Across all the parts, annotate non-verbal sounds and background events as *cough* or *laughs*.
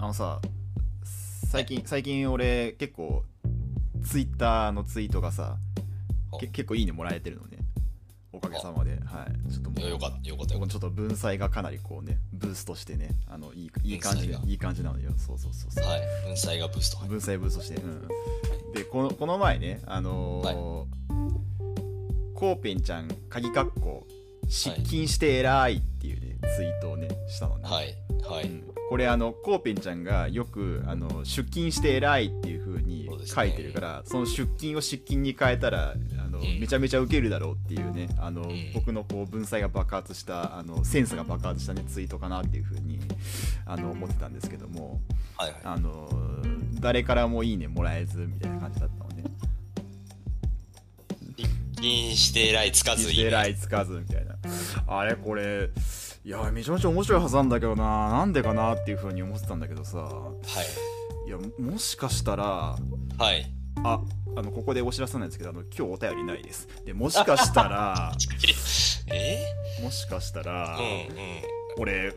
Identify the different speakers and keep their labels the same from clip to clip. Speaker 1: のさ最近最近俺結構ツイッターのツイートがさけ結構いいねもらえてるのねおかげさまではいちょっともう
Speaker 2: よかったよかったよかっ
Speaker 1: ちょっと文才がかなりこうねブーストしてねあのいいいい感じで
Speaker 2: 文才が
Speaker 1: いい感じなのよそうそうそうそ
Speaker 2: た
Speaker 1: う、
Speaker 2: はい文才がブーストはい
Speaker 1: 文才ブーストしてうんでこのこの前ねあのーコーペンちゃん鍵括弧失禁して偉いっていうねツイートをねしたのね、
Speaker 2: はいは
Speaker 1: う
Speaker 2: い
Speaker 1: んこれあのコーペンちゃんがよくあの出勤して偉いっていう風に
Speaker 2: そうですね
Speaker 1: 書いてるからそ,、の出勤を失勤に変えたらあの、
Speaker 2: ん
Speaker 1: めちゃめちゃウケるだろうっていうねあの、
Speaker 2: ん
Speaker 1: 僕のこう文才が爆発したあのセンスが爆発したねツイートかなっていう風にあの思ってたんですけども
Speaker 2: はいはい
Speaker 1: あの誰からもいいねもらえずみたいな感じだったのね
Speaker 2: 出勤して偉いつかずいいね
Speaker 1: 偉いつかずみたいなあれこれいやめちゃめちゃ面白いはずなんだけどななんでかなっていう風に思ってたんだけどさいやももしかしたら
Speaker 2: はいはい
Speaker 1: ああのここでお知らせなんですけどあの今日お便りないですでもしかした
Speaker 2: *laughs*
Speaker 1: ら
Speaker 2: え
Speaker 1: もしかしたら、
Speaker 2: うんうん
Speaker 1: 俺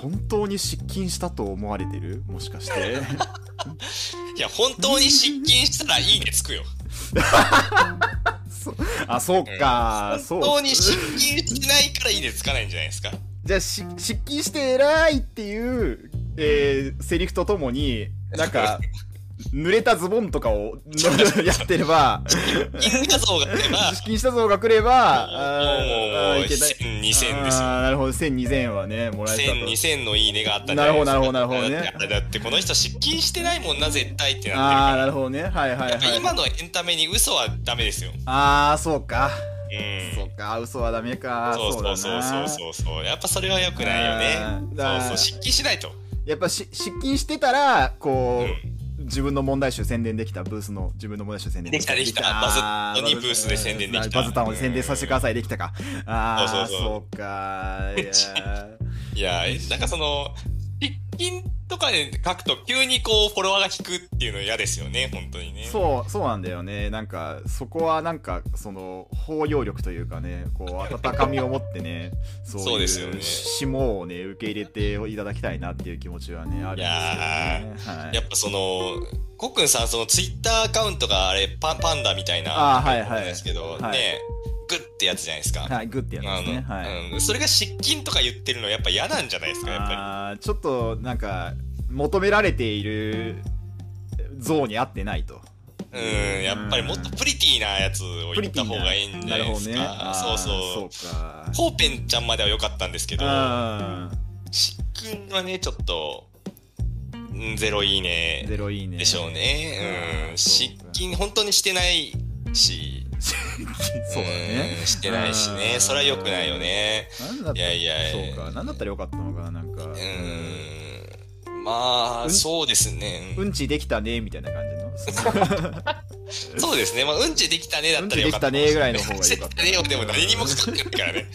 Speaker 1: 本当に失禁したと思われてるもしかして
Speaker 2: *laughs* いや本当に失禁したらいいねつくよ
Speaker 1: そあそうか、そ
Speaker 2: 本
Speaker 1: う
Speaker 2: 当に失禁してないからいいねつかないんじゃないですか
Speaker 1: じゃあし失禁して偉いっていう、えー、セリフとともになん
Speaker 2: *laughs*
Speaker 1: か濡れたズボンとかをやってれ
Speaker 2: *laughs*
Speaker 1: ば
Speaker 2: 金画像があれ
Speaker 1: *laughs*
Speaker 2: ば
Speaker 1: 失禁したぞが来ればあーあ
Speaker 2: もう
Speaker 1: ーいけない
Speaker 2: 1000、2000ですよ。
Speaker 1: あーなるほど1000、2000はねもらえたと
Speaker 2: 1000、2000のいいねがあったんじ
Speaker 1: な
Speaker 2: ゃ
Speaker 1: る
Speaker 2: い
Speaker 1: ほど
Speaker 2: で
Speaker 1: な
Speaker 2: すか
Speaker 1: るほどなるほど
Speaker 2: だっ
Speaker 1: ね
Speaker 2: てだってこの人失禁してないもんな絶対って
Speaker 1: あ
Speaker 2: な
Speaker 1: あ
Speaker 2: っ
Speaker 1: ーなるほどねはいはい
Speaker 2: て
Speaker 1: は
Speaker 2: るから。やっぱ
Speaker 1: い
Speaker 2: 今のエンタメに嘘はダメですよ。うん。
Speaker 1: ああそうか、そうか嘘はダメか
Speaker 2: そうそうそうそう
Speaker 1: う
Speaker 2: そうそう。やっぱそれは良くないよね。
Speaker 1: あー
Speaker 2: そうそう、失禁しないと。
Speaker 1: やっぱし失禁してたらこう、
Speaker 2: う
Speaker 1: 自分の問題集宣伝できたブースの自分の問題集宣伝
Speaker 2: できたできた
Speaker 1: あ
Speaker 2: バズったにブースで宣伝できた
Speaker 1: バズったので宣伝させてくださいできたかああ
Speaker 2: そ
Speaker 1: そうう
Speaker 2: そうそう
Speaker 1: かいやー
Speaker 2: んいや、えなんかその、失禁とかで書くと急にこうフォロワーが低くっていうの嫌ですよね、本当にね。
Speaker 1: そうそうなんだよねなんかそこはなんかその包容力というかねこう温かみを持って
Speaker 2: *laughs*
Speaker 1: ね
Speaker 2: そ
Speaker 1: そううい
Speaker 2: ですよ
Speaker 1: う
Speaker 2: ね
Speaker 1: 霜をね受け入れていただきたいなっていう気持ちはねあるんですけどね、はい
Speaker 2: やっぱその、コックンさん、そのツイッターアカウントがあれ、パンパンダみたいな、
Speaker 1: あーはいはい
Speaker 2: ですけど、
Speaker 1: はい
Speaker 2: ね、グッてやつじゃないですか。
Speaker 1: はい、グッてやつですね。はい。
Speaker 2: うん、それが失禁とか言ってるのやっぱ嫌なんじゃないですか、やっぱ
Speaker 1: あーちょっとなんか求められている像に合ってないと。
Speaker 2: り。うん、やっぱりもっとプリティなやつを言った方がいいんじゃないですか。
Speaker 1: あー
Speaker 2: そうそう。
Speaker 1: そうか。
Speaker 2: コーペンちゃんまでは良かったんですけど、
Speaker 1: あ
Speaker 2: 失禁はね、ちょっと、うんゼロいい
Speaker 1: ー
Speaker 2: ね
Speaker 1: ゼロいいね。
Speaker 2: でしょう
Speaker 1: あ
Speaker 2: ね。うん、
Speaker 1: ー
Speaker 2: 失禁本当にしてないし、
Speaker 1: *laughs* そうだね
Speaker 2: う。んしてないしね
Speaker 1: あ。ー
Speaker 2: それは良くないよね。
Speaker 1: なんだっ
Speaker 2: い
Speaker 1: た
Speaker 2: やいやいや
Speaker 1: そうか。なんだったらよかったのかな、なんか。
Speaker 2: うーん。まあ、
Speaker 1: うん
Speaker 2: そうですね。
Speaker 1: うんちできたねみたいな感じの。そう
Speaker 2: そうですね。まあ、うんちできたねだったらよかった。
Speaker 1: うんちできたねぐらいの方が
Speaker 2: *laughs*
Speaker 1: よかった
Speaker 2: うんちできたねよでも何にもかかってないからね。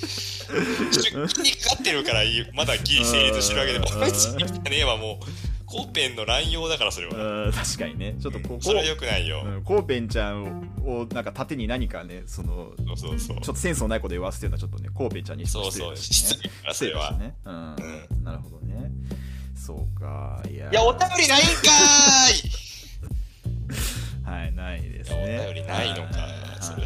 Speaker 2: 出勤にかかってるからいい、まだギリ成立してるわけでも、
Speaker 1: うん
Speaker 2: *laughs* うんちできたねはもう、コーペンの乱用だから、それは。
Speaker 1: うん確かにね。ちょっとここ、
Speaker 2: それは良くないよ。
Speaker 1: うんコーペンちゃんををなんか縦に何かね、その
Speaker 2: そうそうそう。
Speaker 1: ちょっとセンスのないこと言わせてるのはちょっとね、神戸ちゃんに
Speaker 2: そうそう。失礼だから、それは。
Speaker 1: ね。うん。なるほどね。そうか。いや。
Speaker 2: いや、お便りないんかーい
Speaker 1: はい、ないです
Speaker 2: お
Speaker 1: ね。
Speaker 2: 便りないのか
Speaker 1: はいはい。
Speaker 2: それ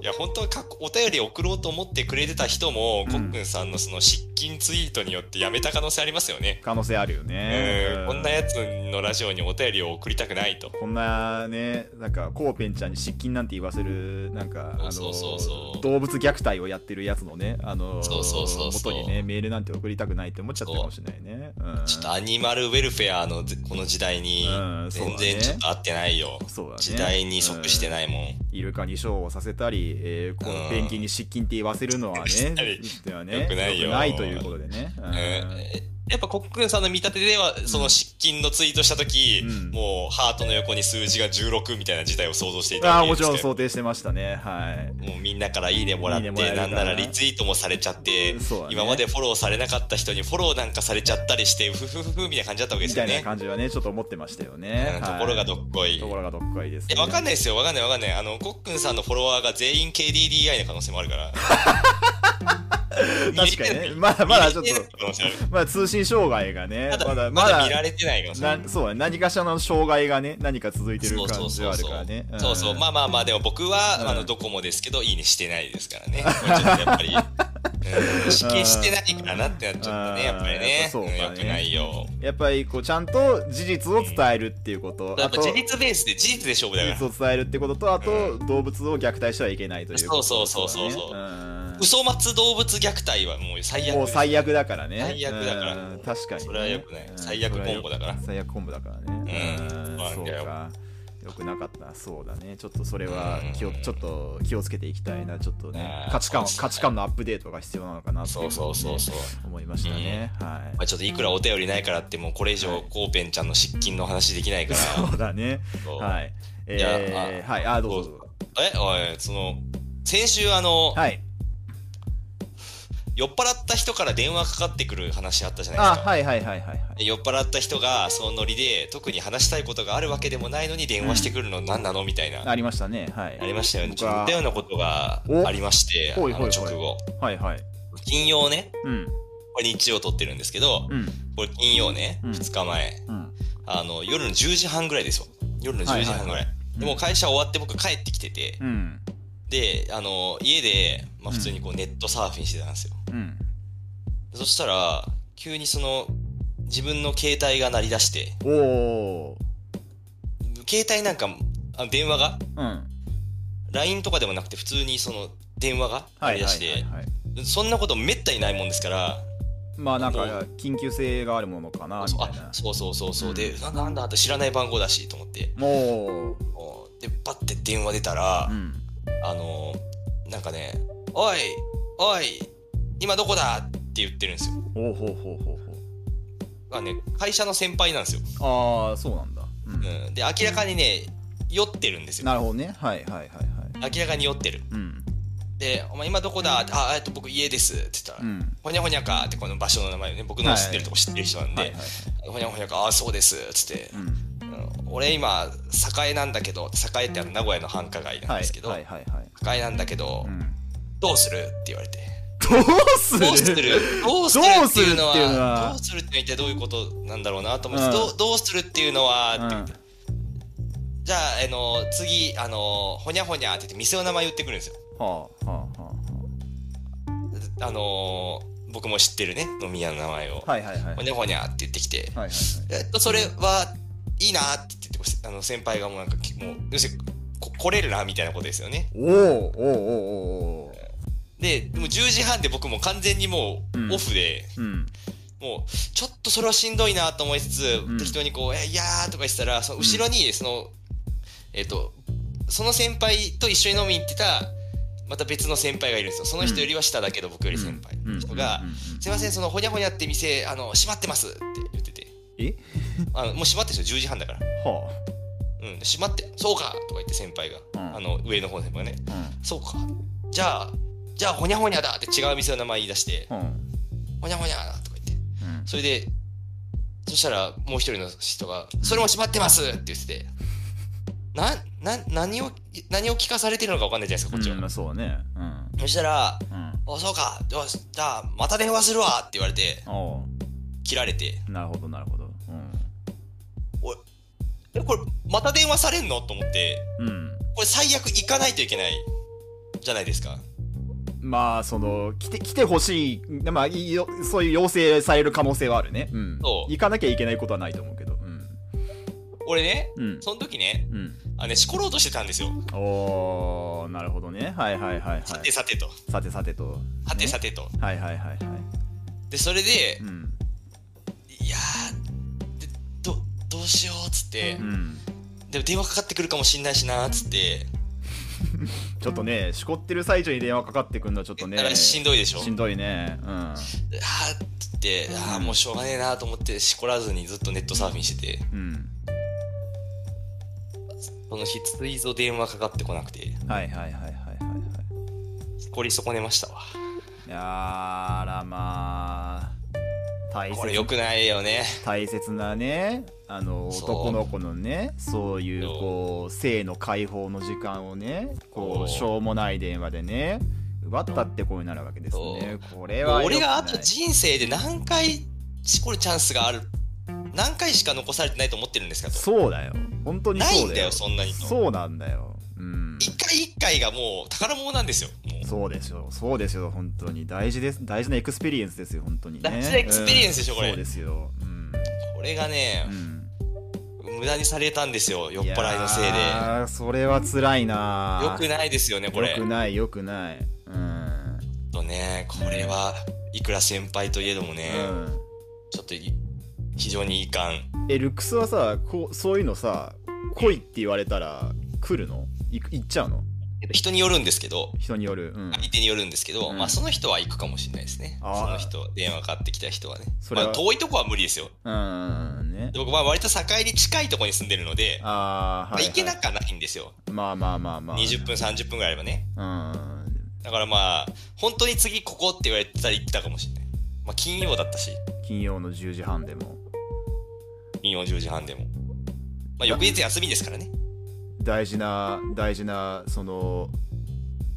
Speaker 2: いや本当はかっこお便り送ろうと思ってくれてた人も、
Speaker 1: うん
Speaker 2: コックンさんのその失禁ツイートによってやめた可能性ありますよね。
Speaker 1: 可能性あるよね
Speaker 2: う。んこんなやつのラジオにお便りを送りたくないと。
Speaker 1: こんなね、なんか、コーペンちゃんに失禁なんて言わせる、なんか、あの、
Speaker 2: そうそうそう
Speaker 1: 動物虐待をやってるやつのね、あの、
Speaker 2: そうそうそうそ
Speaker 1: 元
Speaker 2: う
Speaker 1: にね、メールなんて送りたくないって思っちゃったかもしれないね。うん、
Speaker 2: ちょっとアニマルウェルフェアのぜこの時代に
Speaker 1: うんそうだ
Speaker 2: 全
Speaker 1: ね
Speaker 2: 然ちょっと合ってないよ。
Speaker 1: そうだね
Speaker 2: 時代に即してないもん。
Speaker 1: イルカにショーをさせたり、えー、こ
Speaker 2: うん
Speaker 1: のペンギンに失禁って言わせるのはね、
Speaker 2: たり
Speaker 1: ではね
Speaker 2: よくないよ
Speaker 1: 良くないということでね。うん
Speaker 2: うんやっぱコックンさんの見立てではその失禁のツイートした時、
Speaker 1: うん
Speaker 2: もうハートの横に数字が16みたいな事態を想像していた
Speaker 1: ああ、
Speaker 2: わけで
Speaker 1: もち
Speaker 2: すけど
Speaker 1: ろん想定してましたね。はい。
Speaker 2: もうみんなからいいねもらって、
Speaker 1: いいねもらえる
Speaker 2: な
Speaker 1: から
Speaker 2: んならリツイートもされちゃって、
Speaker 1: そうだね
Speaker 2: 今までフォローされなかった人にフォローなんかされちゃったりして、ふふふふみたいな感じだったわけ
Speaker 1: み
Speaker 2: です
Speaker 1: た
Speaker 2: よ
Speaker 1: いな
Speaker 2: ね。
Speaker 1: 感じはね、ちょっと思ってましたよね
Speaker 2: う。ん
Speaker 1: はい
Speaker 2: ところがどっこい。い
Speaker 1: ところがどっこいです、ね。
Speaker 2: や、わかんないですよ、わかんないわかんない。あの、コックンさんのフォロワーが全員 KDDI の可能性もあるから。
Speaker 1: *laughs* 確かにね。まだまだちょっと
Speaker 2: 見れてない可能性ある
Speaker 1: まだ通信障害がね、ま
Speaker 2: ま
Speaker 1: だ
Speaker 2: だ
Speaker 1: ま
Speaker 2: まだ見
Speaker 1: だ
Speaker 2: られてないかもしれない
Speaker 1: なそうだね何かしらの障害がね、何か続いてる
Speaker 2: そうそ
Speaker 1: 感
Speaker 2: う
Speaker 1: じ
Speaker 2: そ
Speaker 1: は
Speaker 2: う
Speaker 1: ある
Speaker 2: そ
Speaker 1: から
Speaker 2: う
Speaker 1: ね。ん
Speaker 2: そうそうまあまあまあでも僕は、
Speaker 1: うん
Speaker 2: あのドコモですけどいいねしてないですからねこれちょっとや
Speaker 1: *laughs*
Speaker 2: っぱりうん失敬してないからなってなっちゃったねやっぱり
Speaker 1: やっ
Speaker 2: ね
Speaker 1: ぱそうだね
Speaker 2: んよくないよ
Speaker 1: やっぱりこうちゃんと事実を伝えるっていうこと、
Speaker 2: や
Speaker 1: あ
Speaker 2: っぱ
Speaker 1: と
Speaker 2: 事
Speaker 1: 事
Speaker 2: 実ベースで事実で勝負だから
Speaker 1: 実を伝えるってこととあと、
Speaker 2: う
Speaker 1: 動物を虐待してはいけないということ
Speaker 2: そうそうそうそうそう
Speaker 1: だねん
Speaker 2: 嘘待つ動物虐待はもう最悪です
Speaker 1: もう最悪だからね
Speaker 2: 最悪だから
Speaker 1: うん確かにね、
Speaker 2: それは良くない
Speaker 1: うん
Speaker 2: 最悪コンボだから
Speaker 1: それは良最悪コンボだからね
Speaker 2: うん
Speaker 1: うん
Speaker 2: まあ
Speaker 1: そう
Speaker 2: いや
Speaker 1: かよくなかったそうだねちょっとそれは
Speaker 2: うん
Speaker 1: 気をちょっと気をつけていきたいなちょっとね
Speaker 2: うん
Speaker 1: 価値観
Speaker 2: そうですね
Speaker 1: 価値観のアップデートが必要なのかなってい
Speaker 2: そうそうそうそう
Speaker 1: 思いましたね、はい
Speaker 2: まあ、ちょっといくらお便りないからってもうこれ以上コーペンちゃんの失禁の話できないから
Speaker 1: そうだね
Speaker 2: そう
Speaker 1: はいえ
Speaker 2: いや
Speaker 1: ー、はいあどうぞどうぞ
Speaker 2: えおいその先週あの、
Speaker 1: はい
Speaker 2: 酔っ払った人から電話かかってくる話あったじゃない
Speaker 1: あ
Speaker 2: ですか
Speaker 1: はいはいはいはいはい
Speaker 2: で酔っ払った人がそのノリで特に話したいことがあるわけでもないのに電話してくるの何なのみたいな、あ
Speaker 1: ありましたねはい
Speaker 2: りましたよね
Speaker 1: 僕
Speaker 2: ちょっと
Speaker 1: は
Speaker 2: 似たようなことが
Speaker 1: お
Speaker 2: ありましてあ
Speaker 1: ほい
Speaker 2: の
Speaker 1: ほいほい
Speaker 2: 直後
Speaker 1: はいはい
Speaker 2: 金曜ね
Speaker 1: うん
Speaker 2: これ日曜撮ってるんですけど、
Speaker 1: うん
Speaker 2: これ金曜ね、
Speaker 1: うん
Speaker 2: 2日前
Speaker 1: うん
Speaker 2: あの夜の10時半ぐらいですよ夜の10時半ぐらい、
Speaker 1: はいはいはいうん
Speaker 2: でもう会社終わって僕帰ってきてて、
Speaker 1: うん
Speaker 2: であの家で、まあ、普通にこうネットサーフィンしてたんですよ、
Speaker 1: うん
Speaker 2: そしたら急にその自分の携帯が鳴り出して
Speaker 1: おお
Speaker 2: 携帯なんかあ電話が
Speaker 1: ーうん
Speaker 2: LINE とかでもなくて普通にその電話が鳴り出して、
Speaker 1: はい、
Speaker 2: そんなことめったにないもんですから
Speaker 1: まあなんか
Speaker 2: あの
Speaker 1: 緊急性があるものかなみたい
Speaker 2: あ
Speaker 1: な
Speaker 2: そうそうそうそう、
Speaker 1: うん
Speaker 2: でななんだって知らない番号だしと思って
Speaker 1: もう
Speaker 2: おでパッて電話出たら、
Speaker 1: うん
Speaker 2: あのなんかね「おいおい今どこだ?」って言ってるんですよ
Speaker 1: おうほうほうほう
Speaker 2: あ、ね、会社の先輩なんですよ、
Speaker 1: ほうああそうなんだ、うん
Speaker 2: うん、で明らかにね酔ってるんですよ
Speaker 1: なるほどねはいはいはいはい
Speaker 2: 明らかに酔ってる
Speaker 1: うん
Speaker 2: で「お前今どこだ?」って「あえっと僕家です」って言ったら「
Speaker 1: うん
Speaker 2: ほにゃほにゃか」ってこの場所の名前をね僕の知ってるとこ知ってる人なんで「
Speaker 1: はいはい
Speaker 2: ほにゃほにゃかああそうです」っつって
Speaker 1: う
Speaker 2: 「
Speaker 1: ん
Speaker 2: うん俺今栄なんだけど栄ってあの名古屋の繁華街なん
Speaker 1: はい
Speaker 2: ですけど、
Speaker 1: はいはいはい
Speaker 2: 栄なんだけど、
Speaker 1: うん
Speaker 2: どうする?」って言われて
Speaker 1: どうする
Speaker 2: 「どうするどうする?」っていう
Speaker 1: どうするっ
Speaker 2: の
Speaker 1: ていうのは
Speaker 2: はどうするって一体どういうことなんだろうなと思って、
Speaker 1: うん
Speaker 2: どうどうするっていうのは、
Speaker 1: うん
Speaker 2: ってじゃあ、あの次あの「ほにゃほにゃ」って言って店の名前言ってくるんですよ。
Speaker 1: はあはあはあは
Speaker 2: あのー僕も知ってるね飲み屋の名前を
Speaker 1: あはいはいはい
Speaker 2: ほ
Speaker 1: はい
Speaker 2: にゃほにゃって言ってきて、
Speaker 1: はいはい
Speaker 2: えっと、それはいいなって言ってこうあの先輩がもうなんかきもう要するにこ来れるなみたいなことですよね
Speaker 1: おおおうおうおうおう
Speaker 2: ででも10時半で僕もう完全にも
Speaker 1: うん
Speaker 2: うオフで、
Speaker 1: うん
Speaker 2: もうちょっとそれはしんどいなと思いつつ、
Speaker 1: ん
Speaker 2: 適当にこう「えいやー」とか言ってたらその後ろにその、えっとその先輩と一緒に飲みに行ってたまた別の先輩がいるんですよその人よりは下だけど僕より先輩の人が
Speaker 1: うんうんうんうん
Speaker 2: 「すいませんそのほにゃほにゃって店あの閉まってます」って言ってて
Speaker 1: え
Speaker 2: あのもう閉まってるんですよ10時半だから。
Speaker 1: は
Speaker 2: うん、閉まって、そうかとか言って先輩が、
Speaker 1: うん
Speaker 2: あの上の方の先輩がね、
Speaker 1: あ
Speaker 2: そうか、じゃあ、じゃあ、ほにゃほにゃだって違う店の名前言い出して、
Speaker 1: うんうん
Speaker 2: ほにゃほにゃだとか言って、
Speaker 1: うん
Speaker 2: それで、そしたらもう一人の人が、それも閉まってますって言ってて、な、な、何を、何を聞かされてるのか分かんないじゃないですか、こっちは。
Speaker 1: うんまあそうねうん
Speaker 2: そしたら、
Speaker 1: うん
Speaker 2: あ、そうか、よしじゃあ、また電話するわって言われて、
Speaker 1: お
Speaker 2: 切られて、
Speaker 1: うなるほどなるほど
Speaker 2: おいえ、これ、また電話されんのと思って、
Speaker 1: うんうん
Speaker 2: これ最悪行かないといけないじゃないですか。
Speaker 1: まあ、その、来て、来てほしい、まあ、いいよそういう要請される可能性はあるね。うん。
Speaker 2: そう
Speaker 1: 行かなきゃいけないことはないと思うけど。うん。
Speaker 2: 俺ね、
Speaker 1: うん。
Speaker 2: その時ね、
Speaker 1: うん。
Speaker 2: あのね、しころうとしてたんですよ。
Speaker 1: おー、なるほどね。はいはいはいはい。
Speaker 2: さてさてと、
Speaker 1: さてさてと。
Speaker 2: さてさ
Speaker 1: て。
Speaker 2: てと。
Speaker 1: はいはいはいはい。
Speaker 2: で、それで
Speaker 1: う、ん。
Speaker 2: いやーでど、どうしようっつって
Speaker 1: う、ん。
Speaker 2: でも電話かかってくるかもしんないしなーっつって、
Speaker 1: ちょっとね、しこってる最中に電話かかってくるのはちょっとね
Speaker 2: だか。らしんどいでしょ。あ
Speaker 1: しんどいね。うん。
Speaker 2: ーっつって、あーもうしょうがねえなーと思って、しこらずにずっとネットサーフィンしてて、
Speaker 1: うん。
Speaker 2: その日、ついぞ電話かかってこなくて、
Speaker 1: はいはいはいはいはいはい。
Speaker 2: しこり損ねましたわ。
Speaker 1: いやーあらまあ、大
Speaker 2: これ
Speaker 1: 切
Speaker 2: 良くないよね。
Speaker 1: 大切なねあの
Speaker 2: そう
Speaker 1: 男の子のねそういう
Speaker 2: そう
Speaker 1: こう性の解放の時間をねこ
Speaker 2: そうう
Speaker 1: しょうもない電話でね奪ったって声になるわけですね。これは
Speaker 2: 俺があ
Speaker 1: 良
Speaker 2: と
Speaker 1: くない
Speaker 2: 人生で何回これチャンスがある何回しか残されてないと思ってるんですかと
Speaker 1: そうだよ。本当にそうだよ。
Speaker 2: ないんだよそんなにと
Speaker 1: そうなんだよ。うん。
Speaker 2: 一回一回がもう宝物なんですよもう
Speaker 1: そうですよ。そうですよ。本当に大事です。大事なエクスペリエンスですよ。本当にね。
Speaker 2: 大事なエクスペリエンスでしょ
Speaker 1: うん
Speaker 2: これ
Speaker 1: そうですよ。うん。
Speaker 2: これがね
Speaker 1: う、ん、
Speaker 2: 無駄にされたんですよ酔っ払いのせいで
Speaker 1: やーそれは辛いな。
Speaker 2: よくないですよねこれ
Speaker 1: よくないよくない。うん。
Speaker 2: ちょっとねこれはいくら先輩といえどもね、
Speaker 1: うん
Speaker 2: ちょっとい非常に遺憾
Speaker 1: えルックスはさこうそういうのさ来いって言われたら来るのい行っちゃうの
Speaker 2: 人によるんですけど
Speaker 1: 人による、うん、
Speaker 2: 相手によるんですけど、
Speaker 1: うん
Speaker 2: まあその人は行くかもしれないですねそ
Speaker 1: あー
Speaker 2: の人電話かかってきた人はね
Speaker 1: それは
Speaker 2: まあ、遠いとこは無理ですよ
Speaker 1: うんね
Speaker 2: で僕は割と境に近いとこに住んでるので
Speaker 1: ああ
Speaker 2: まあ、行けなくはないんですよ、
Speaker 1: まあまあまあまあ
Speaker 2: 20分30分ぐらいあればね
Speaker 1: うん
Speaker 2: だからまあ本当に次ここって言われてたら行ったかもしれない、まあ、金曜だったし
Speaker 1: 金曜の10時半でも
Speaker 2: 金曜10時半でも、まあ、翌日休みですからね
Speaker 1: 大事な大事なその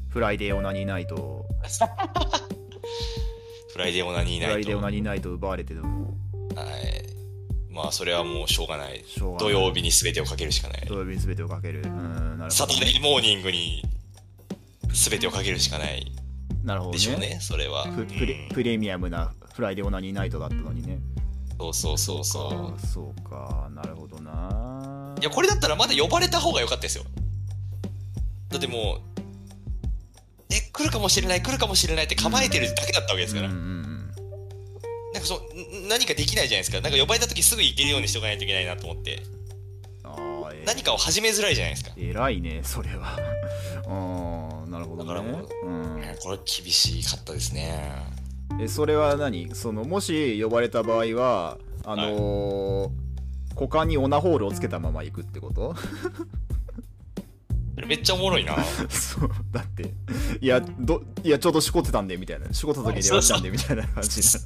Speaker 1: フライデーオナニーナイト
Speaker 2: フライデーオナニー
Speaker 1: フ
Speaker 2: ナ
Speaker 1: ラ
Speaker 2: イ
Speaker 1: イデーオ
Speaker 2: ト
Speaker 1: ナニーナイト奪われてでも
Speaker 2: はいまあそれはもうしょうがない
Speaker 1: しょうがない
Speaker 2: 土曜日に全てをかけるしかない
Speaker 1: 土曜日に全てをかけるうんなる
Speaker 2: サ
Speaker 1: ほ
Speaker 2: タ
Speaker 1: ど
Speaker 2: デーモーニングに全てをかけるしかない
Speaker 1: なるほど
Speaker 2: でしょう
Speaker 1: ね
Speaker 2: ねそれは、
Speaker 1: ププレ
Speaker 2: うん
Speaker 1: プレミアムなフライデーオナニーナイトだったのにね
Speaker 2: そうそうそう
Speaker 1: あ
Speaker 2: そ
Speaker 1: ーそうかなるほどな
Speaker 2: ういやこれだったらまだ呼ばれた方が良かったですよだってもうえ来るかもしれない来るかもしれないって構えてるだけだったわけですから、
Speaker 1: うんうん
Speaker 2: なんかそうん何かできないじゃないですかなんか呼ばれた時すぐ行けるようにしとかないといけないなと思って
Speaker 1: うん、ああ、えー
Speaker 2: 何かを始めづらいじゃないですか
Speaker 1: 偉いねそれは *laughs* ああなるほどね
Speaker 2: だからもう
Speaker 1: うん、
Speaker 2: ねこれ厳しかったですね
Speaker 1: えそれは何そのもし呼ばれた場合はあのー股間にオナホールをつけたまま行くってこと *laughs*
Speaker 2: これめっちゃおもろいな
Speaker 1: そうだっていやどいやちょうどしこってたんでみたいなしこった時に電話したんでみたいな感じ
Speaker 2: *laughs* そ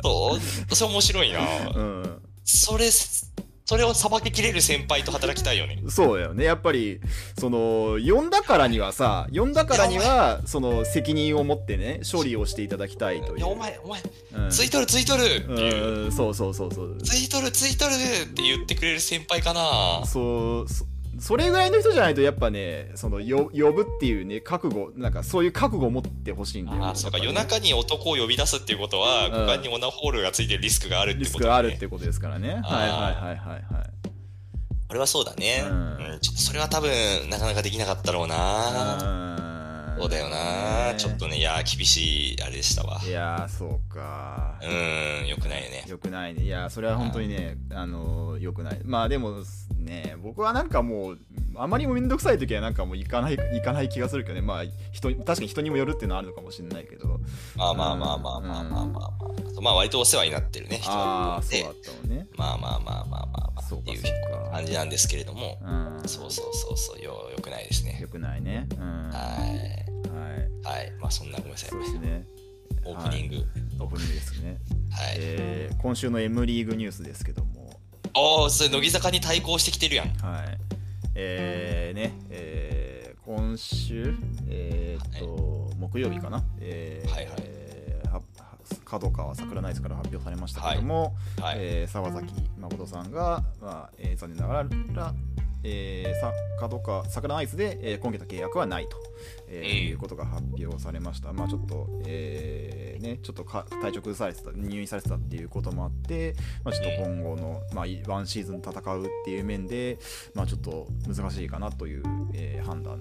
Speaker 2: うそれ面白いな *laughs*
Speaker 1: うん
Speaker 2: それそれをさばききれる先輩と働きたいよね
Speaker 1: そうだよねやっぱりその呼んだからにはさ呼んだからにはその責任を持ってね処理をしていただきたいという
Speaker 2: いやお前お前
Speaker 1: うん
Speaker 2: ついとるついとるっていう、
Speaker 1: うんそうそうそうそう
Speaker 2: ついとるついとるって言ってくれる先輩かな
Speaker 1: そうそそれぐらいの人じゃないとやっぱねそのよ呼ぶっていうね覚悟なんかそういう覚悟を持ってほしいんだよ
Speaker 2: あーそうか
Speaker 1: や
Speaker 2: 夜
Speaker 1: っぱね
Speaker 2: 中に男を呼び出すっていうことは、
Speaker 1: ん
Speaker 2: 股間にオナホールがついてるリスクがあるって
Speaker 1: リ
Speaker 2: こ
Speaker 1: ス
Speaker 2: と、
Speaker 1: ク
Speaker 2: ね、
Speaker 1: があるってことですからねはいはい
Speaker 2: あ
Speaker 1: はいはいはい
Speaker 2: これはそうだね、
Speaker 1: う
Speaker 2: う
Speaker 1: んん
Speaker 2: ちょっとそれは多分なかなかできなかったろうな、
Speaker 1: うーん
Speaker 2: そうだよな、
Speaker 1: ね
Speaker 2: ちょっとねいやー厳しいあれでしたわ
Speaker 1: いやーそうか
Speaker 2: うんよくないよね
Speaker 1: よくないねいやそれは本当にねあのよくないまあでもね僕はなんかもうあまりにも面倒くさい時はなんかもう行かない行かない気がするけどねまあ人確かに人にもよるっていうのはあるのかもしれないけど
Speaker 2: まあまあまあまあまあまあまあまあ、まあ割とお世話になってるね人
Speaker 1: ああそう
Speaker 2: で
Speaker 1: だったのね
Speaker 2: まあまあまあまあまあまあ
Speaker 1: そう
Speaker 2: っ
Speaker 1: か
Speaker 2: ていう
Speaker 1: そうか
Speaker 2: 感じなんですけれども、
Speaker 1: うん
Speaker 2: そうそうそうそうよよくないですね
Speaker 1: よくないね。うん。は
Speaker 2: はい
Speaker 1: い。
Speaker 2: はいまあそんなごめんなさい
Speaker 1: そうですね。
Speaker 2: オープニング
Speaker 1: オープニングですね。
Speaker 2: はい、
Speaker 1: えー、今週の M リーグニュースですけども、
Speaker 2: おおそれ乃木坂に対抗してきてるやん
Speaker 1: はい。えー、ね、えー、今週、えー、っと、木曜日かな。えー、
Speaker 2: はいはい
Speaker 1: えーはは角川桜ナイツから発表されましたけども、
Speaker 2: はい、
Speaker 1: えー沢崎誠さんが、まあえー残念ながら、えー、さ角川桜ナイツで、えー今期の契約はないと、えー
Speaker 2: うん
Speaker 1: いうことが発表されました、まあ、ちょっと、えーね、ちょっとか体調崩されてた入院されてたっていうこともあって、まあ、ちょっと今後の、まあ、いワンシーズン戦うっていう面で、まあ、ちょっと難しいかなという、えー判断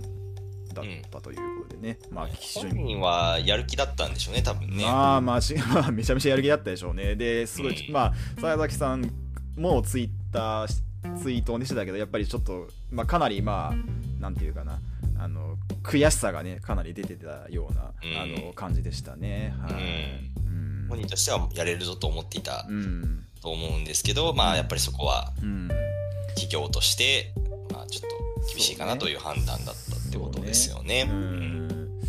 Speaker 1: だったということでね、まあ、非常
Speaker 2: 本
Speaker 1: に
Speaker 2: 人はやる気だったんでしょうね多分ね、
Speaker 1: まあまあし、 *laughs* まあ、めちゃめちゃやる気だったでしょうね。で、すごい、
Speaker 2: うん
Speaker 1: まあ、佐崎さんもツイッターし、ツイートをねしてたけど、やっぱりちょっと、まあ、かなり、まあ、なんていうかな、あの、悔しさがね、かなり出てたような、
Speaker 2: う
Speaker 1: あ
Speaker 2: ん
Speaker 1: の、感じでしたね。はい。うん。
Speaker 2: 本人としてはやれるぞと思っていた
Speaker 1: うん。
Speaker 2: と思うんですけど、まあやっぱりそこは
Speaker 1: うん。
Speaker 2: 企業として、まあ、ちょっと厳しいかなという判断だったってことですよね。
Speaker 1: う
Speaker 2: うん
Speaker 1: ん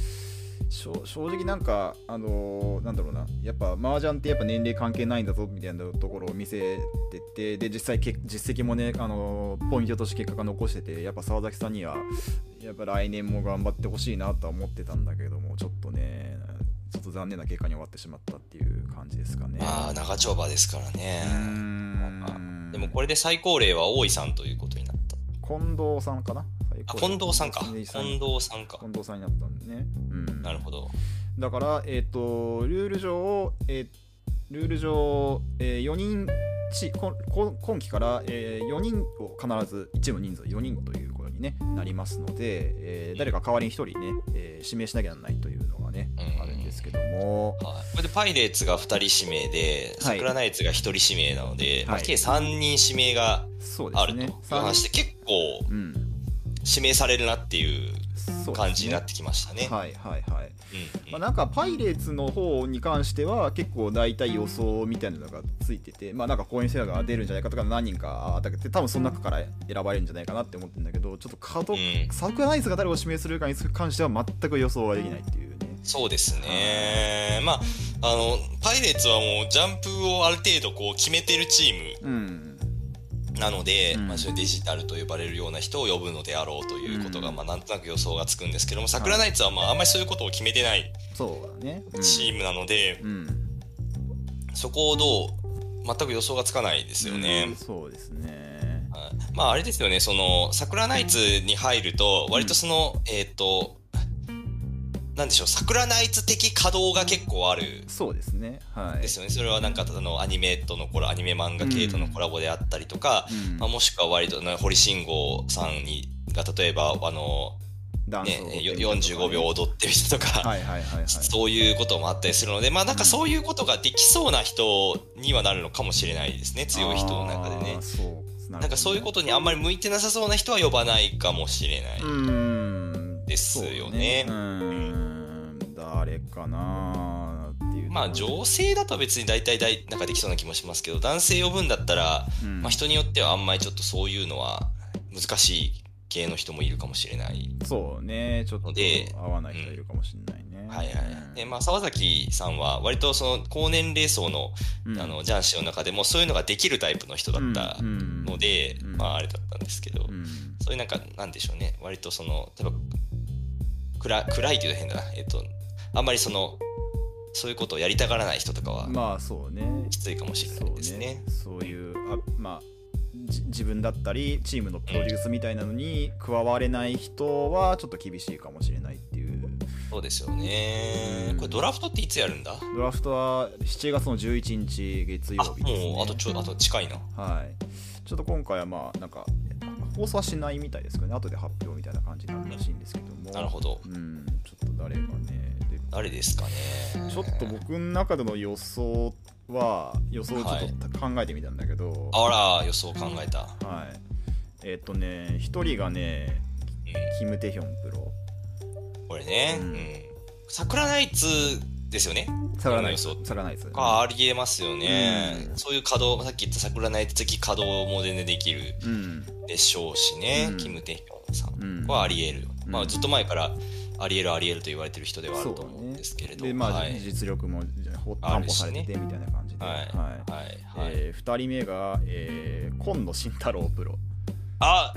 Speaker 1: しょ正直なんかあのーなんだろうなやっぱ麻雀ってやっぱ年齢関係ないんだぞみたいなところを見せててで実際け実績もねあのーポイントとして結果が残しててやっぱ澤崎さんにはやっぱ来年も頑張ってほしいなとは思ってたんだけどもちょっとねちょっと残念な結果に終わってしまったっていう感じですかね。
Speaker 2: まあ、長丁場ですからね
Speaker 1: う。ーん
Speaker 2: でもこれで最高齢は大井さんということになった。
Speaker 1: 近藤さんかな最
Speaker 2: あ、
Speaker 1: 高
Speaker 2: 近藤さんか。
Speaker 1: 近藤さん
Speaker 2: 近藤さんか。
Speaker 1: 近藤さんになったんでね。うん、
Speaker 2: なるほど。
Speaker 1: だから、えっ、と、ルール上、えールール上、え4人チ、こんこん今期から、え4人を必ず、一部人数4人ということに、ね、なりますので、えー誰か代わりに1人ね、えー指名しなきゃならないというのがね、
Speaker 2: うん
Speaker 1: あるんですけども、
Speaker 2: はい、これでパイレーツが2人指名で、
Speaker 1: はい
Speaker 2: 桜ナイツが1人指名なので、まあ
Speaker 1: はい
Speaker 2: 計3人指名が
Speaker 1: そうで
Speaker 2: あ
Speaker 1: す
Speaker 2: るとい
Speaker 1: ね
Speaker 2: う。話で、結構
Speaker 1: 三うん
Speaker 2: 指名されるなっていう
Speaker 1: そうですね
Speaker 2: 感じになってきましたね。
Speaker 1: はいはいはい。
Speaker 2: うん
Speaker 1: ま
Speaker 2: う
Speaker 1: あ、
Speaker 2: ん
Speaker 1: なんかパイレーツの方に関しては結構大体予想みたいなのがついてて、まあ、なんか公演セラが出るんじゃないかとか何人かだけて多分その中から選ばれるんじゃないかなって思ってるんだけどちょっと角、
Speaker 2: うん
Speaker 1: サクナイスが誰を指名するかに関しては全く予想ができないっていうね。
Speaker 2: そうですね、まあ、あのパイレーツはもうジャンプをある程度こう決めてるチー
Speaker 1: うん、
Speaker 2: ムなので、
Speaker 1: うん
Speaker 2: まあ、それデジタルと呼ばれるような人を呼ぶのであろうということが、
Speaker 1: うん
Speaker 2: まあ、なんとなく予想がつくんですけども桜ナイツはまああんまりそういうことを決めてない
Speaker 1: そうだね。うん
Speaker 2: チームなので、
Speaker 1: うん
Speaker 2: そこをどう全く予想がつかないですよね。
Speaker 1: うんそうですね。
Speaker 2: はいまああれですよね、その、桜ナイツに入ると、割とその、えっ、と、なんでしょう、桜ナイツ的稼働が結構ある。
Speaker 1: そうですね。はい。
Speaker 2: ですよね、それはなんかあのアニメとのコラアニメ漫画系とのコラボであったりとか、
Speaker 1: うん
Speaker 2: まあ、もしくは割とな堀慎吾さんにが例えばあの、
Speaker 1: ダンス
Speaker 2: ね
Speaker 1: を踊っ、てみたりとかね
Speaker 2: 45秒踊ってみたとか、
Speaker 1: はいはいはいはい。
Speaker 2: そういうこともあったりするのでまあなんかそういうことができそうな人にはなるのかもしれないですね強い人の中で
Speaker 1: あ
Speaker 2: ね
Speaker 1: ー。そうなるほどね
Speaker 2: なんかそういうことにあんまり向いてなさそうな人は呼ばないかもしれない。
Speaker 1: うん
Speaker 2: ですよね
Speaker 1: そううん。誰かなーっていう。
Speaker 2: まあ女性だと別に大体大なんかできそうな気もしますけど男性呼ぶんだったら、
Speaker 1: うん
Speaker 2: まあ、人によってはあんまりちょっとそういうのは難しい系の人もいるかもしれない。
Speaker 1: そうね、ちょっと
Speaker 2: ので
Speaker 1: 合わない人いるかもしれないね。
Speaker 2: はいはいはい、でま
Speaker 1: あ、
Speaker 2: あ沢崎さんは割とその高年齢層の,、
Speaker 1: うん
Speaker 2: あのジャンシーの中でもそういうのができるタイプの人だった
Speaker 1: うん
Speaker 2: ので、
Speaker 1: うん
Speaker 2: まああれだったんですけど、
Speaker 1: うんうん
Speaker 2: そういうなんかなんでしょうね割とその例えば暗暗いというと変だなえっとあんまりそのそういうことをやりたがらない人とかは
Speaker 1: まあそうね。
Speaker 2: きついかもしれ
Speaker 1: そ
Speaker 2: な
Speaker 1: う
Speaker 2: いですね。
Speaker 1: そういう、あまあ、じ自分だったり、チームのプロデュースみたいなのに加われない人はちょっと厳しいかもしれないっていう。
Speaker 2: そうですよね
Speaker 1: うん。
Speaker 2: これドラフトっていつやるんだ
Speaker 1: ドラフトは7月の11日月曜
Speaker 2: あ
Speaker 1: 日です、ね。
Speaker 2: もうあとちょあと近いな。
Speaker 1: はい、ちょっと今回はまあなんか放送はしないみたいですけどね後で発表みたいな感じになるらしいんですけども
Speaker 2: なるほど。
Speaker 1: うんちょっと誰がねで
Speaker 2: 誰ですかね。
Speaker 1: ちょっと僕の中での予想は予想をちょっと考えてみたんだけどは
Speaker 2: あら、予想考えた。
Speaker 1: い、えっ、とね一人がね
Speaker 2: う
Speaker 1: キム・テヒョンプロ
Speaker 2: ん、これね。
Speaker 1: う
Speaker 2: うんん。桜ナイツですよね。
Speaker 1: サラナイツ
Speaker 2: 俺の予想
Speaker 1: サラナイツ
Speaker 2: あありえますよね。
Speaker 1: うん
Speaker 2: そういう稼働、さっき言った桜ナイツ的稼働も全然できる
Speaker 1: うん
Speaker 2: でしょうしね。
Speaker 1: うん
Speaker 2: キム・テヒョンさん
Speaker 1: うん
Speaker 2: はありえるよね。
Speaker 1: うん
Speaker 2: まあ、ずっと前からありえるありえると言われてる人ではあると思うんですけれども。
Speaker 1: でまあ、
Speaker 2: はい。
Speaker 1: 実力もほ
Speaker 2: あ
Speaker 1: 担
Speaker 2: る
Speaker 1: 保
Speaker 2: し
Speaker 1: さ
Speaker 2: ね
Speaker 1: れててみたいな感じで、
Speaker 2: はい。
Speaker 1: はい
Speaker 2: はい。はい。
Speaker 1: え2人目が、えー、今野慎太郎プロ。
Speaker 2: あ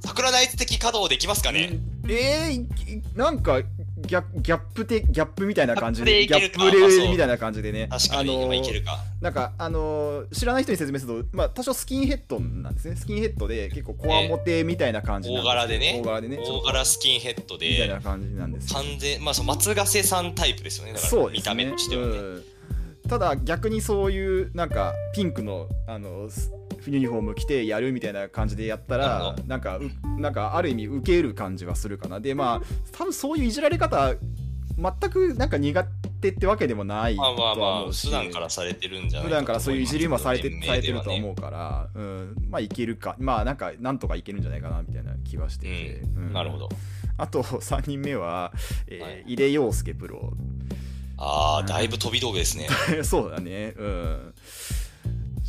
Speaker 2: 桜ナイツ的稼働できますかね、
Speaker 1: えーいなんかギャギャップてギャップみたいな感じで
Speaker 2: ギ
Speaker 1: ギ
Speaker 2: ャ
Speaker 1: ャッ
Speaker 2: ップで
Speaker 1: プ
Speaker 2: いけるか
Speaker 1: レみたいな感じでね
Speaker 2: 確かに、
Speaker 1: あの
Speaker 2: 今いけ
Speaker 1: ー
Speaker 2: るか。
Speaker 1: なんかあのー知らない人に説明すると、まあ、多少スキンヘッドなんですねスキンヘッドで結構コアモテみたいな感じなんす
Speaker 2: 大柄でね
Speaker 1: 大柄でねちょ
Speaker 2: 大
Speaker 1: っと
Speaker 2: 柄スキンヘッド
Speaker 1: みたい
Speaker 2: で
Speaker 1: な感じなんですよ
Speaker 2: 完全まあその松ヶ瀬さんタイプですよねだから
Speaker 1: そうで
Speaker 2: 見
Speaker 1: す
Speaker 2: た
Speaker 1: ね
Speaker 2: 目としてはね、
Speaker 1: うんただ逆にそういうなんかピンクのあのスユニフォーム着てやるみたいな感じでやった
Speaker 2: な
Speaker 1: ら
Speaker 2: るほ
Speaker 1: なんかうなんかある意味受ける感じはするかなでまあ多分そういういじられ方全くなんか苦手ってわけでもないと
Speaker 2: まあまあま
Speaker 1: は思
Speaker 2: あ
Speaker 1: うし
Speaker 2: 普段からされてるんじゃない
Speaker 1: 普段からそういういじりもされてされてるとは
Speaker 2: う
Speaker 1: 思うから、うん、まあいけるかまあなんかなんとかいけるんじゃないかなみたいな気はしてて、うん
Speaker 2: なるほど
Speaker 1: あと3人目は、えー
Speaker 2: はい
Speaker 1: 井出陽介プロ
Speaker 2: ああだいぶ飛び道具ですね
Speaker 1: *laughs* そうだねうん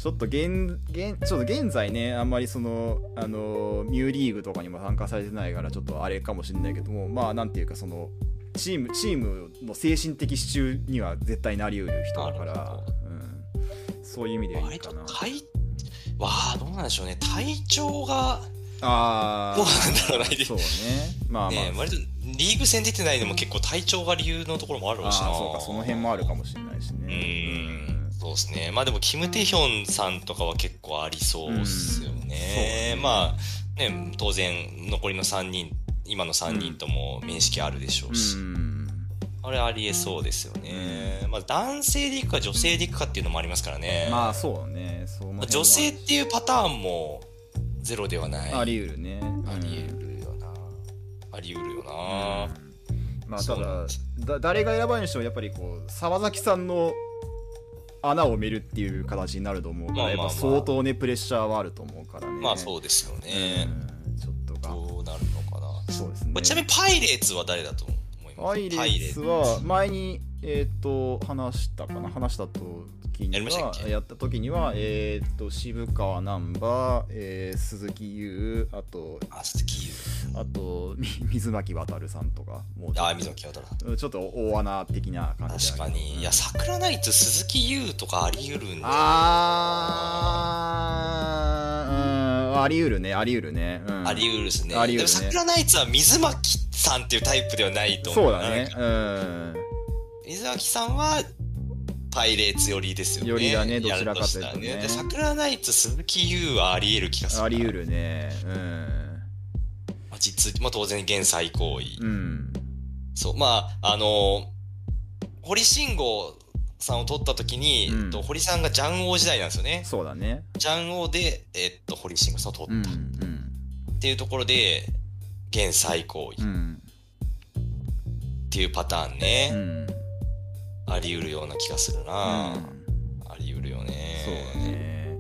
Speaker 1: ちょっと現現ちょっと現在ねあんまりそのあのミューリーグとかにも参加されてないからちょっとあれかもしれないけどもまあなんていうかそのチームチームの精神的支柱には絶対なりうる人だか
Speaker 2: なる
Speaker 1: ら
Speaker 2: ほ、
Speaker 1: うん、そういう意味ではいい
Speaker 2: 割
Speaker 1: か
Speaker 2: と
Speaker 1: な
Speaker 2: 体わあどうなんでしょうね体調が
Speaker 1: あ
Speaker 2: どうなんだろうな
Speaker 1: あ、そうね。まあまあ。
Speaker 2: ねえ割とリーグ戦出てないのも結構体調が理由のところもある
Speaker 1: あ
Speaker 2: ろうしな
Speaker 1: あそうか、その辺もあるかもしれないし
Speaker 2: う
Speaker 1: ね。
Speaker 2: んそうですねまあでもキム・テヒョンさんとかは結構ありそうですよね,、
Speaker 1: うん
Speaker 2: まあね当然残りの3人今の3人とも面識あるでしょ
Speaker 1: う
Speaker 2: うし、
Speaker 1: ん。
Speaker 2: あれありえそうですよね、まあ男性でいくか女性でいくかっていうのもありますからね、
Speaker 1: まあそうね。そう
Speaker 2: まあ女性っていうパターンもゼロではない
Speaker 1: あり得るね。うん
Speaker 2: あり得るよなあり得るよな、
Speaker 1: まあ
Speaker 2: そ
Speaker 1: た
Speaker 2: うな
Speaker 1: だ
Speaker 2: んで
Speaker 1: だ誰が選ばれるにしてもやっぱりこう沢崎さんの穴を埋めるっていう形になると思うから、
Speaker 2: まあまあまあ
Speaker 1: やっぱ相当ねプレッシャーはあると思うからね
Speaker 2: まあそうですよね、
Speaker 1: うんちょっとが
Speaker 2: どうなるのかな、
Speaker 1: そうですね
Speaker 2: これちなみにパイレーツは誰だと思います
Speaker 1: パイレーツは前にえっ、と話したかな話した時に
Speaker 2: やりました
Speaker 1: は
Speaker 2: っけ
Speaker 1: やった時にはえっ、と渋川難波、えー鈴木優あと
Speaker 2: あ鈴木優
Speaker 1: あとみ水巻渉さんとかもうちょっ
Speaker 2: あ
Speaker 1: と
Speaker 2: 溝木渡
Speaker 1: ちょっと大穴的な感じだ
Speaker 2: 確
Speaker 1: けど
Speaker 2: かにいや桜ナイツ鈴木優とかあり得るんであ
Speaker 1: あーうんあり得るねあり得るね、うん、
Speaker 2: り得るですね
Speaker 1: あり得るね
Speaker 2: でも桜ナイツは水巻さんっていうタイプではないと思
Speaker 1: そううだね
Speaker 2: なんか
Speaker 1: うん
Speaker 2: 水巻さんはパイレーツ寄りですよね
Speaker 1: 寄りだねどちらかというとね
Speaker 2: やるしたらで桜ナイツ鈴木優はあり得る気がする
Speaker 1: あり得るねうん
Speaker 2: まあ実、まあ、当然現最高位、
Speaker 1: うん
Speaker 2: そう、まあ、あのー堀慎吾さんを取った時に、
Speaker 1: うん
Speaker 2: えっと、堀さんがジャン王時代なんですよね。
Speaker 1: そうだね
Speaker 2: ジャン王で、えっと、堀慎吾さんを
Speaker 1: う
Speaker 2: 取
Speaker 1: ん
Speaker 2: ったっていうところで、現最高位
Speaker 1: う
Speaker 2: っ
Speaker 1: ん
Speaker 2: ていうパターン
Speaker 1: うんう
Speaker 2: ね、
Speaker 1: ん
Speaker 2: あり得るような気がするな、あり得るよね。
Speaker 1: そうだ。ね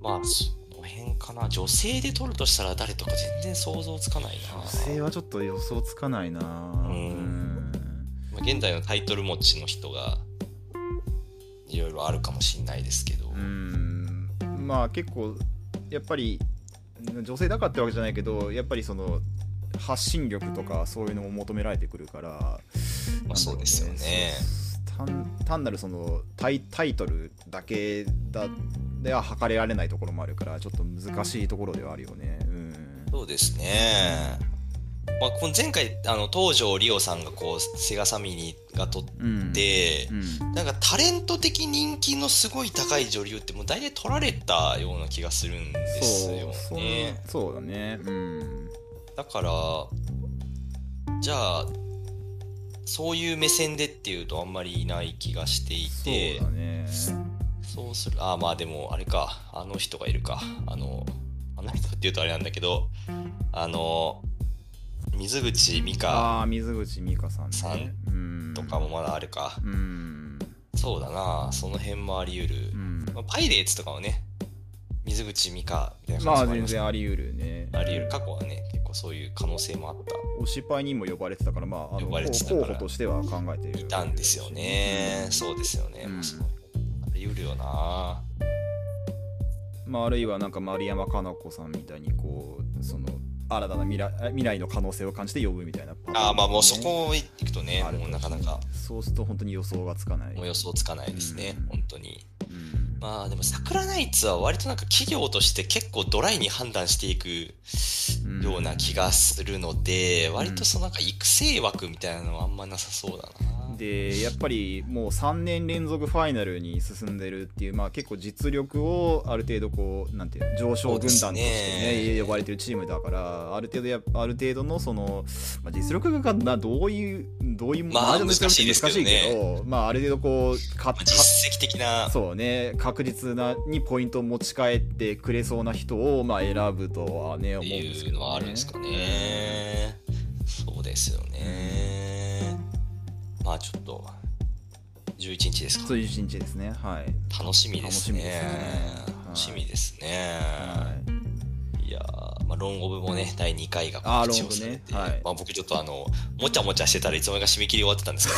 Speaker 2: まあ、その辺かな。女性で取るとしたら誰とか全然想像つかないな。
Speaker 1: 女性はちょっと予想つかないなうん
Speaker 2: まあ、現代のタイトル持ちの人が、いろいろあるかもしれないですけど。
Speaker 1: うんまあ結構やっぱり女性だからってわけじゃないけどやっぱりその発信力とかそういうのも求められてくるから、
Speaker 2: まあ、そうですよね。
Speaker 1: なんだろうねそう単単なるそのタイタイトルだけだでは測れられないところもあるからちょっと難しいところではあるよねうん
Speaker 2: そうですね。まあ、この前回あの東条リオさんがこうセガサミニが取っ
Speaker 1: うん
Speaker 2: て
Speaker 1: う、ん
Speaker 2: なんかタレント的人気のすごい高い女流ってもう大体取られたような気がするんです
Speaker 1: そう
Speaker 2: よ
Speaker 1: そう
Speaker 2: ね。
Speaker 1: そうだねうん
Speaker 2: だからじゃあそういう目線でっていうとあんまりいない気がしていて
Speaker 1: そうだね
Speaker 2: そうするああまあでもあれかあの人がいるかあのあの人っていうとあれなんだけどあの水口美香
Speaker 1: ああー水口美香さん
Speaker 2: さ
Speaker 1: ねうん
Speaker 2: とかもまだあるか、
Speaker 1: うん
Speaker 2: そうだなその辺もあり得る
Speaker 1: う、ん
Speaker 2: まあ、パイレーツとかはね水口美香みたいな
Speaker 1: ま
Speaker 2: 感
Speaker 1: あ
Speaker 2: じもあ
Speaker 1: 全
Speaker 2: ります
Speaker 1: 然あり得るね。
Speaker 2: あり得る過去はね結構そういう可能性もあった
Speaker 1: お芝居にも呼ばれてたから、まあ、あの
Speaker 2: 呼
Speaker 1: 候
Speaker 2: ばれてたから
Speaker 1: 候補としては考えてる。
Speaker 2: いたんですよね、そうですよね、
Speaker 1: うん
Speaker 2: まあそのあり得るよな
Speaker 1: まあ、あるいはなんか丸山加奈子さんみたいにこうその新たな未来未来の可能性を感じて呼ぶみたいなパターン
Speaker 2: ああまあ
Speaker 1: ね
Speaker 2: もうそこ行くとね
Speaker 1: ある
Speaker 2: もうなかなか
Speaker 1: そうすると本当に予想がつかない。
Speaker 2: もう予想つかないですね、
Speaker 1: うん
Speaker 2: 本当に
Speaker 1: うん
Speaker 2: まあでも桜ナイツは割となんか企業として結構ドライに判断していく
Speaker 1: うん
Speaker 2: ような気がするので、割とそのなんか育成枠みたいなのはあんまなさそうだな。
Speaker 1: でやっぱりもう3年連続ファイナルに進んでるっていう、まあ、結構実力をある程度こうなんていうの上昇軍団として、
Speaker 2: そうです
Speaker 1: ね
Speaker 2: ね
Speaker 1: 呼ばれてるチームだからある程度やある程度のその、まあ、実力がなどういうどういう
Speaker 2: まあ
Speaker 1: マージャンの実力って
Speaker 2: 難しいですけどね
Speaker 1: ど、まあ、ある程度こうか
Speaker 2: まあ
Speaker 1: か
Speaker 2: 実績的な、
Speaker 1: そうね確実なにポイントを持ち帰ってくれそうな人を、まあ、選ぶとはね
Speaker 2: っ
Speaker 1: 思うん
Speaker 2: て
Speaker 1: です
Speaker 2: い
Speaker 1: け
Speaker 2: う
Speaker 1: ど、
Speaker 2: の
Speaker 1: ね、
Speaker 2: はあるんですかね。そうですよね。まあちょっと、11日ですか
Speaker 1: そ。ういう一日ですねはい。
Speaker 2: 楽しみですね。楽
Speaker 1: 楽
Speaker 2: し
Speaker 1: し
Speaker 2: み
Speaker 1: み
Speaker 2: ですね。
Speaker 1: はい
Speaker 2: いやーまあ、ロンオブもね、第2回が
Speaker 1: あー
Speaker 2: 告知をされて、
Speaker 1: ロンオブねはい
Speaker 2: まあ、僕ちょっとあの、もちゃもちゃしてたらいつの間にか締め切り終わってたんです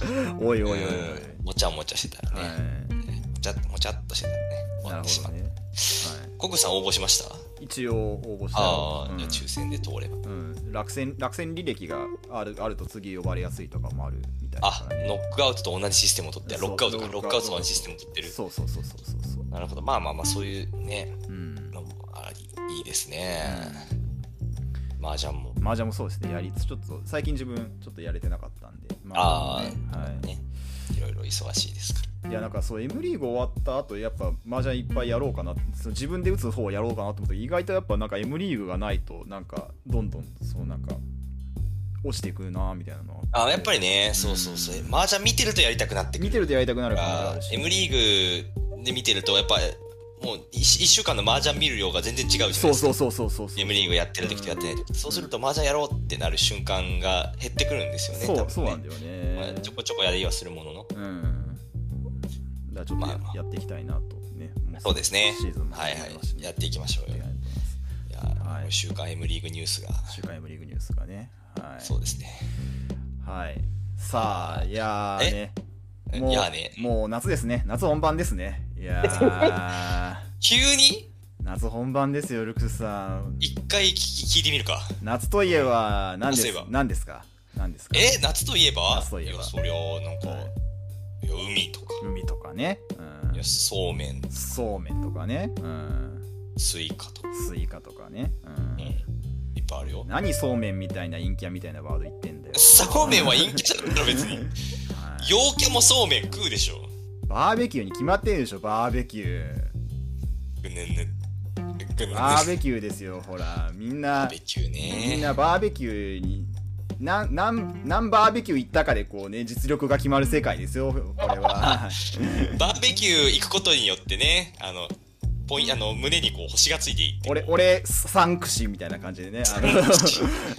Speaker 2: けど、
Speaker 1: おい *laughs* おいおいおい、
Speaker 2: うん *laughs* もちゃもちゃしてたらね、
Speaker 1: はい
Speaker 2: もちゃもちゃっとしてたらね、終
Speaker 1: なる
Speaker 2: わっ
Speaker 1: ほ
Speaker 2: てしま
Speaker 1: ど
Speaker 2: う。
Speaker 1: ね。はい、
Speaker 2: コグさん応募しました
Speaker 1: 一応応募したよ
Speaker 2: ああ、
Speaker 1: うん
Speaker 2: じゃあ抽選で通れば。
Speaker 1: うん、落選落選履歴があるあると次呼ばれやすいとかもあるみたいだ
Speaker 2: あ
Speaker 1: か、らね。
Speaker 2: ノックアウトと同じシステムを取って、
Speaker 1: そう
Speaker 2: ロックアウトか、ロ
Speaker 1: ロッ
Speaker 2: ック
Speaker 1: クア
Speaker 2: アウ
Speaker 1: ウ
Speaker 2: ト
Speaker 1: ト
Speaker 2: と同じシステムを取ってる。
Speaker 1: そうそうそうそうそうそ
Speaker 2: なるほど。まあまあまあ、そういうね、
Speaker 1: う。うん。
Speaker 2: のもありいいいですね。麻雀も。
Speaker 1: 麻雀もそうですね、やりつちょっと最近自分ちょっとやれてなかったんで、ま
Speaker 2: あ
Speaker 1: あ、はい。
Speaker 2: ね。いろいろ忙しいですから。
Speaker 1: いやなんかそう M リーグ終わった後やっぱ麻雀いっぱいやろうかなその自分で打つ方をやろうかなと思って意外とやっぱなんか M リーグがないとなんかどんどんそうなんか落ちていくなみたいなのは
Speaker 2: あやっぱりね、そうそうそう。麻雀見てるとやりたくなってくる。
Speaker 1: 見てるとやりたくなる感じがあ
Speaker 2: あ
Speaker 1: るし
Speaker 2: ー M リーグで見てるとやっぱもう 1, 週間の麻雀見る量が全然違うじゃないです
Speaker 1: そ
Speaker 2: か
Speaker 1: うそうそうそうそうそう
Speaker 2: M リーグやってる時とやってない時、そうすると麻雀やろうってなる瞬間が減ってくるんですよね
Speaker 1: そ
Speaker 2: 多
Speaker 1: う
Speaker 2: 分
Speaker 1: そうなん
Speaker 2: ね
Speaker 1: だよ
Speaker 2: まあ
Speaker 1: ね
Speaker 2: ちょこちょこやりはするものの
Speaker 1: うんだからちょっとや,、
Speaker 2: まあ
Speaker 1: っていきたいなとねも
Speaker 2: そうですね
Speaker 1: シーズンも
Speaker 2: はいは
Speaker 1: 始まりますし
Speaker 2: い
Speaker 1: ね
Speaker 2: やっていきましょうよ
Speaker 1: やっていかないと思います
Speaker 2: いや、
Speaker 1: はい
Speaker 2: もう週刊 M リーグニュースが、
Speaker 1: 週間 M リーグニュースがねはい
Speaker 2: そうですね
Speaker 1: はい。さあ、いやーね。
Speaker 2: え
Speaker 1: もう
Speaker 2: いやーね
Speaker 1: もう夏ですね。夏本番ですね。いや
Speaker 2: *laughs*
Speaker 1: ー
Speaker 2: 急に
Speaker 1: 夏本番ですよ、ルクスさん。
Speaker 2: 一回聞き聞いてみるか
Speaker 1: 夏といえば何で
Speaker 2: そ
Speaker 1: す
Speaker 2: ういえば
Speaker 1: 何ですか何ですか
Speaker 2: え夏といえば
Speaker 1: 夏といえば
Speaker 2: やそりゃなんか、
Speaker 1: はい
Speaker 2: いや海とか
Speaker 1: 海とかね、うん
Speaker 2: いやそうめん
Speaker 1: そうめんとかね、うん、
Speaker 2: スイカとか、
Speaker 1: スイカとかね、
Speaker 2: うん、
Speaker 1: う
Speaker 2: いっぱいあるよ
Speaker 1: ん、何そうめんみたいな陰キャみたいなワード言ってん
Speaker 2: *laughs*
Speaker 1: だよ。
Speaker 2: そうめんは陰キャだったら別
Speaker 1: *laughs* は
Speaker 2: に
Speaker 1: い
Speaker 2: 陽キャもそうめん食うでしょ
Speaker 1: バーベキューに決まってるでしょ、バーベキュー。
Speaker 2: ぐねんねぐねんね
Speaker 1: バーベキューですよ、ほら、みんな
Speaker 2: バーベ。キュー
Speaker 1: みん
Speaker 2: ね
Speaker 1: なバーベキューに何何何バーベキュー行ったかでこうね実力が決まる世界ですよこれは
Speaker 2: バーベキュー行くことによってねあのポインあの胸にこう星がついていって
Speaker 1: 俺俺三口みたいな感じでねあの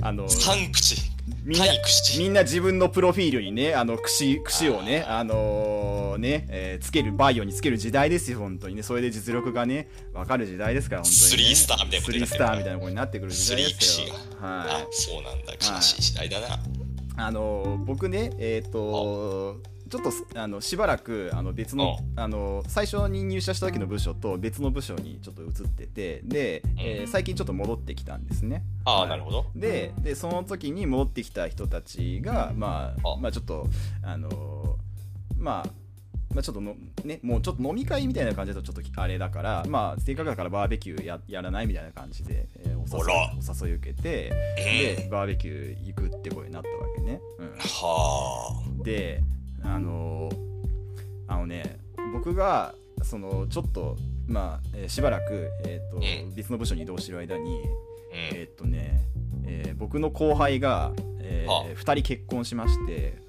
Speaker 1: あの
Speaker 2: 三口
Speaker 1: みんな
Speaker 2: 対口
Speaker 1: みんな自分のプロフィールにねあの串串をねあのね、えーつけるバイオにつける時代ですよ本当にねそれで実力がね分かる時代ですから本当に、ね、
Speaker 2: スリースターみたいなことに
Speaker 1: ス
Speaker 2: な
Speaker 1: リー
Speaker 2: って
Speaker 1: ス
Speaker 2: る
Speaker 1: ターみたいなことになってくる時
Speaker 2: ス
Speaker 1: 代
Speaker 2: リ
Speaker 1: で
Speaker 2: ー
Speaker 1: す
Speaker 2: 口
Speaker 1: よ
Speaker 2: が、
Speaker 1: はい
Speaker 2: あそうなんだ悲しい時代だな、
Speaker 1: あの僕ねえっ、とちょっとすあのしばらくあの別のあの最初に入社した時の部署と別の部署にちょっと移っててで、えー最近ちょっと戻ってきたんですね。
Speaker 2: あ
Speaker 1: は
Speaker 2: あ
Speaker 1: い
Speaker 2: なるほど
Speaker 1: ででその時に戻ってきた人たちがまあ
Speaker 2: あ
Speaker 1: まあちょっとあのまあまあちょっとのね、もうちょっと飲み会みたいな感じだとちょっとあれだから、まあ、せっかくだからバーベキューややらないみたいな感じで、えーお
Speaker 2: あ
Speaker 1: 誘
Speaker 2: ら
Speaker 1: いお誘い受けて、でバーベキュー行くってことになったわけね、
Speaker 2: は
Speaker 1: うん、であのあのね僕がそのちょっとまあ、えーしばらく、えーと
Speaker 2: うん
Speaker 1: 別の部署に移動してる間に
Speaker 2: あ、うん、
Speaker 1: えーっ、とね、えー僕の後輩が、え
Speaker 2: はあ
Speaker 1: 2人結婚しまして、
Speaker 2: うん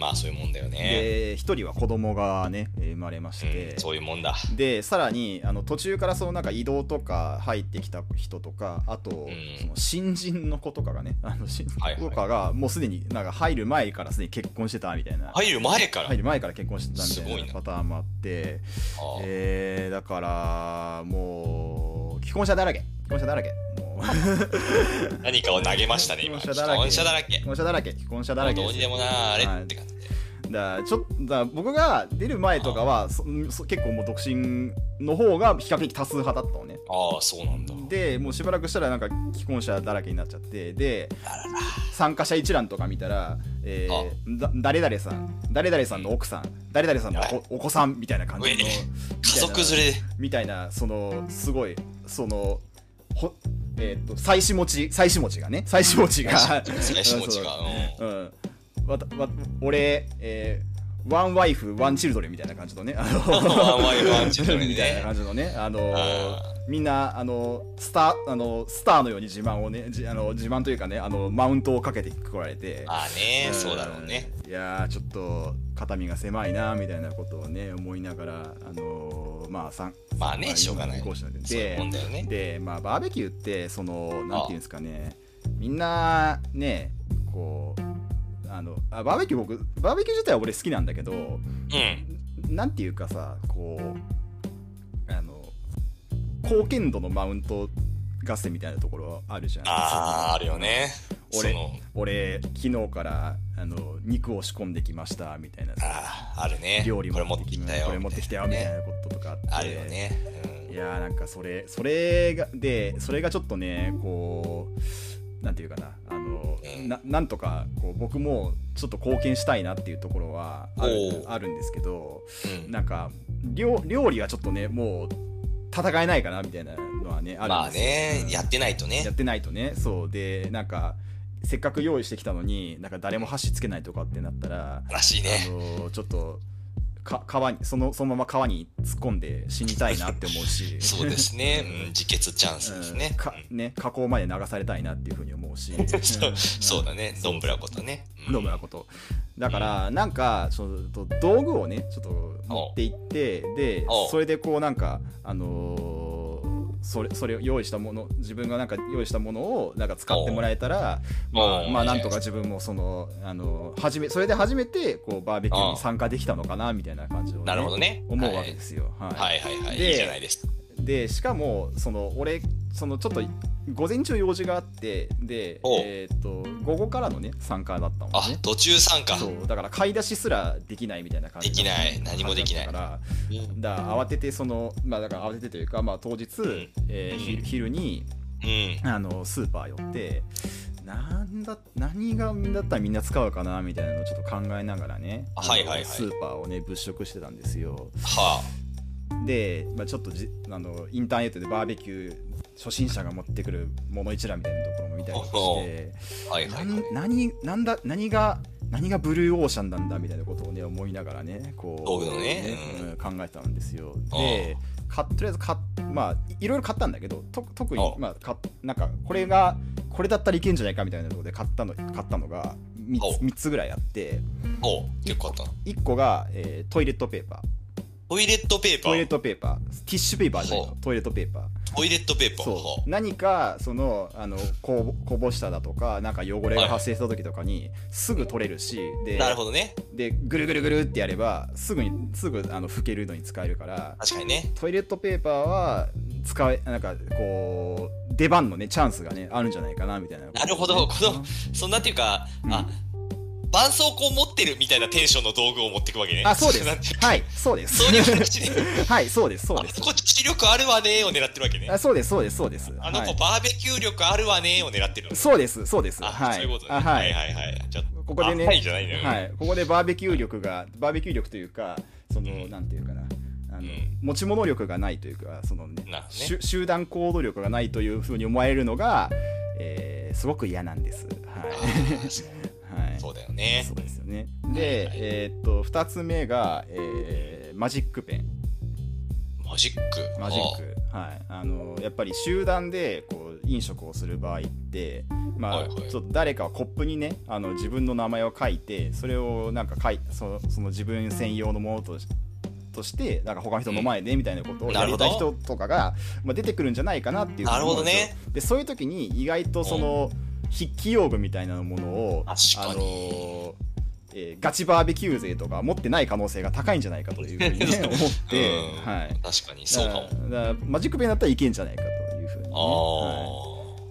Speaker 2: まあそういうもんだよね、
Speaker 1: で1人は子供がねえー生まれまして、
Speaker 2: うん、そういうもんだ
Speaker 1: でさらにあの途中からそのなんか移動とか入ってきた人とかあと、
Speaker 2: ん
Speaker 1: その新人の子とかがねあの新人
Speaker 2: はいはい
Speaker 1: とかがもうすでになんか入る前からすでに結婚してたみたいな、
Speaker 2: 入る前から、
Speaker 1: 入る前から結婚してたみ
Speaker 2: す
Speaker 1: た
Speaker 2: ご
Speaker 1: い
Speaker 2: い
Speaker 1: な
Speaker 2: な
Speaker 1: パターンもあって
Speaker 2: あー
Speaker 1: えーだからもう既婚者だらけ既婚者だらけ
Speaker 2: *laughs*
Speaker 1: もう
Speaker 2: 何かを投げましたね今
Speaker 1: 既婚者だらけ
Speaker 2: 者だらけ
Speaker 1: 既婚者だらけ既婚者だらけ
Speaker 2: も
Speaker 1: で
Speaker 2: うどう
Speaker 1: す
Speaker 2: に
Speaker 1: よ
Speaker 2: でもなあれ
Speaker 1: はい
Speaker 2: って感じで
Speaker 1: だからちょっとだから僕が出る前とかはそそ結構もう独身の方が比較的多数派だったのね
Speaker 2: ああそうなんだ
Speaker 1: でもうしばらくしたらなんか既婚者だらけになっちゃってで参加者一覧とか見たら、えー、だ誰々さん誰々さんの奥さん誰々さんのおお子さんみたいな感じの
Speaker 2: うえ家
Speaker 1: みたいな
Speaker 2: 族連れで
Speaker 1: みたいなそのすごいそのほえーっと妻子持ち妻子持ちがね妻子持ちが
Speaker 2: 最初持ちがうん
Speaker 1: うん、わたわ俺、えーワンワイフ、ワンチルドレンみたいな感じのね、あの
Speaker 2: *laughs* ワンワイフワンチルドレン
Speaker 1: *laughs*
Speaker 2: ね
Speaker 1: みたいな感じのね、あの
Speaker 2: あ
Speaker 1: みんなあのスターあのスターのように自慢をね、じあの自慢というかね、あのマウントをかけてこられて、
Speaker 2: まあね
Speaker 1: ん
Speaker 2: そうだろうね。
Speaker 1: いやー、ちょっと肩身が狭いなみたいなことをね、思いながら、あのまあ、さん
Speaker 2: まあねしょうがない
Speaker 1: こしたんで
Speaker 2: そういうもんだよね
Speaker 1: で、まあ、バーベキューってそのなんていうんですかねみんなねこうあのあバーベキュー僕バーベキュー自体は俺好きなんだけど
Speaker 2: うん
Speaker 1: なんていうかさこうあの貢献度のマウント合戦みたいなところあるじゃん
Speaker 2: あああるよね
Speaker 1: 俺
Speaker 2: その
Speaker 1: 俺昨日からあの肉を仕込んできましたみたいなさ
Speaker 2: あああるね
Speaker 1: 料理
Speaker 2: こ
Speaker 1: 持
Speaker 2: れ持
Speaker 1: っ
Speaker 2: ってて
Speaker 1: き
Speaker 2: き
Speaker 1: ま
Speaker 2: たよ
Speaker 1: これ持ってきたよみたいなこととかあって
Speaker 2: あるよね
Speaker 1: いやーなんかそれそれがでそれがちょっとねこうなんていうかなあの、
Speaker 2: うん
Speaker 1: ななんとかこう僕もちょっと貢献したいなっていうところはある
Speaker 2: おー
Speaker 1: あるんですけど
Speaker 2: うんうん
Speaker 1: なんか料料理はちょっとねもう戦えないかなみたいなのまあね、あ
Speaker 2: まあ
Speaker 1: るんです
Speaker 2: ね
Speaker 1: よ、うん
Speaker 2: やってないとね
Speaker 1: やってないとねそうでなんかせっかく用意してきたのになんか誰も箸つけないとかってなったら、
Speaker 2: らしい
Speaker 1: あ
Speaker 2: ね
Speaker 1: のちょっとか川にそのそのまま川に突っ込んで死にたいなって思う
Speaker 2: *laughs*
Speaker 1: し
Speaker 2: そうです
Speaker 1: *laughs*
Speaker 2: ね、うん、自決チャンスですね
Speaker 1: うん、か
Speaker 2: うん
Speaker 1: ね河口まで流されたいなっていうふうに思うし
Speaker 2: *laughs* そうそうだ
Speaker 1: ね
Speaker 2: ねどんぶらことねうん
Speaker 1: 野村ことだからなんかちょっと道具をねちょっと持って行ってで
Speaker 2: おう
Speaker 1: それでこうなんかあのーそれそれを用意したもの自分がなんか用意したものをなんか使ってもらえたらま
Speaker 2: お
Speaker 1: あ
Speaker 2: う
Speaker 1: まあなんとか自分もそのあのー初めそれで初めてこうバーベキューに参加できたのかなみたいな感じをね、
Speaker 2: なるほどね
Speaker 1: 思うわけですよ。はい
Speaker 2: はいはいはい
Speaker 1: で
Speaker 2: いいじゃないですか
Speaker 1: でしかもその俺そのちょっと午前中用事があってで
Speaker 2: おう
Speaker 1: えーっと午後からのね参加だったの
Speaker 2: あ
Speaker 1: ね。
Speaker 2: 途中参加
Speaker 1: そうだから買い出しすらできないみたいな感じ
Speaker 2: できない何もできない
Speaker 1: だから
Speaker 2: うん
Speaker 1: だから慌ててそのまあだから慌ててというかまあ当日、
Speaker 2: ん
Speaker 1: えー
Speaker 2: うん
Speaker 1: 昼昼に
Speaker 2: うん
Speaker 1: あのスーパー寄ってなんだ何がだったらみんな使うかなみたいなのをちょっと考えながらねあの
Speaker 2: はいはいはい
Speaker 1: スーパーをね物色してたんですよ
Speaker 2: は
Speaker 1: で、まあ、ちょっとじあのインターネットでバーベキュー初心者が持ってくるもの一覧みたいなところも見たりして
Speaker 2: あはいはいはい
Speaker 1: 何何なんだ何が何がブルーオーシャンなんだみたいなことをね思いながらねこう
Speaker 2: 道具のねうん
Speaker 1: うん考えてたんですよでかとりあえずかまあいいろいろ買ったんだけどと特に
Speaker 2: お
Speaker 1: まあかなんかこれがこれだったらいけんじゃないかみたいなところで買ったの買ったのが3
Speaker 2: お
Speaker 1: つ三つぐらいあって
Speaker 2: お結構あったな
Speaker 1: 1個が、えートイレットペーパー
Speaker 2: トイレットペーパー
Speaker 1: トイレットペーパーティッシュペーパーじゃないの
Speaker 2: ほ
Speaker 1: トイレットペーパー
Speaker 2: トイレットペーパー
Speaker 1: そ
Speaker 2: は
Speaker 1: う何かそのあのこぼこぼしただとかなんか汚れが発生した時とかにすぐ取れるし、
Speaker 2: あ
Speaker 1: で
Speaker 2: なるほどね
Speaker 1: でぐるぐるぐるってやればすぐにすぐあの拭けるのに使えるから
Speaker 2: 確かにね
Speaker 1: トイレットペーパーは使えなんかこう出番のねチャンスがねあるんじゃないかなみたいな、
Speaker 2: なるほどこのそんなっていうか
Speaker 1: うん
Speaker 2: あ絆創膏持ってるみたいなテンションの道具を持ってくわけね
Speaker 1: あそうで
Speaker 2: なん *laughs* てい
Speaker 1: す
Speaker 2: うか
Speaker 1: はいそうです
Speaker 2: そういう形で
Speaker 1: *laughs* はいそうですそうで
Speaker 2: あ
Speaker 1: す
Speaker 2: そこ女子力あるわねーを狙ってるわけね
Speaker 1: あそうですそうですそうです
Speaker 2: あの
Speaker 1: は
Speaker 2: 子
Speaker 1: い
Speaker 2: バーベキュー力あるわねーを狙ってるのね
Speaker 1: そうですそうです
Speaker 2: あ
Speaker 1: はい
Speaker 2: そういうことね
Speaker 1: あ
Speaker 2: はいはいはいちょっと
Speaker 1: ここでね
Speaker 2: あはいじゃないんだよ
Speaker 1: はい、ここでバーベキュー力がバーベキュー力というかその、
Speaker 2: うん
Speaker 1: なんていうかなあの、
Speaker 2: うん
Speaker 1: 持ち物力がないというかそのね
Speaker 2: なるほどね
Speaker 1: 集集団行動力がないというふうに思えるのが、えーすごく嫌なんです。はい
Speaker 2: あーそう
Speaker 1: *laughs* はい、
Speaker 2: *laughs* そうだよね
Speaker 1: そうですよね。
Speaker 2: はい
Speaker 1: で
Speaker 2: は、い
Speaker 1: えーっと2つ目が、えーマジックペン。
Speaker 2: マジック
Speaker 1: マジック、はい、あのやっぱり集団でこう飲食をする場合って、まあ
Speaker 2: はいはい
Speaker 1: ちょっと誰かはコップにねあの自分の名前を書いてそれをなんか書いそその自分専用のものとしとしてなんか他の人の前でみたいなことを
Speaker 2: うん
Speaker 1: やりたい
Speaker 2: なる
Speaker 1: 人とかが、まあ、出てくるんじゃないかなっていうふうに思うんですよ
Speaker 2: なる
Speaker 1: でそういう時に意外とその筆記用具みたいなものを
Speaker 2: 確かに
Speaker 1: のえーガチバーベキュー勢とか持ってない可能性が高いんじゃないかというふうに、ね、
Speaker 2: *laughs*
Speaker 1: 思って、
Speaker 2: うん
Speaker 1: はい、
Speaker 2: 確かにそうかも
Speaker 1: だからだからマジックペンだったらいけんじゃないかというふうにね、
Speaker 2: あ
Speaker 1: は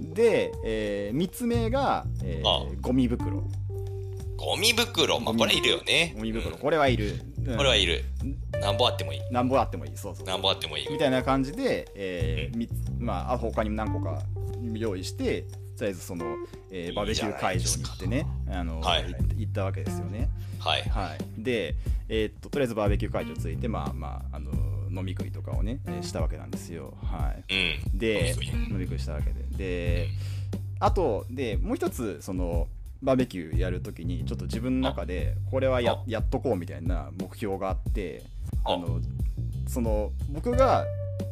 Speaker 2: ー
Speaker 1: いで、え3つ目が、えー
Speaker 2: あ
Speaker 1: ゴミ袋ゴ
Speaker 2: ゴミ袋まあこれいるよね
Speaker 1: ミ袋
Speaker 2: うん
Speaker 1: これはいる、うん
Speaker 2: これはいるなんぼあってもいい
Speaker 1: なんぼあってもいいそうそう
Speaker 2: なんぼあってもいい
Speaker 1: みたいな感じで、えーみまああ他にも何個か用意してとりあえずその、えーバーベキュー会場に行って
Speaker 2: いい
Speaker 1: ね
Speaker 2: じ
Speaker 1: あの、
Speaker 2: はい
Speaker 1: い行ったわけですよね
Speaker 2: はい
Speaker 1: はい、で、えーっととりあえずバーベキュー会場着いてまあまああの飲み食いとかをねえーしたわけなんですよはい
Speaker 2: うん
Speaker 1: で
Speaker 2: 飲み食い
Speaker 1: 飲み食いしたわけでであとでもう一つそのバーベキューやるときにちょっと自分の中でこれはや
Speaker 2: あ
Speaker 1: やっとこうみたいな目標があって
Speaker 2: あ
Speaker 1: あのその僕が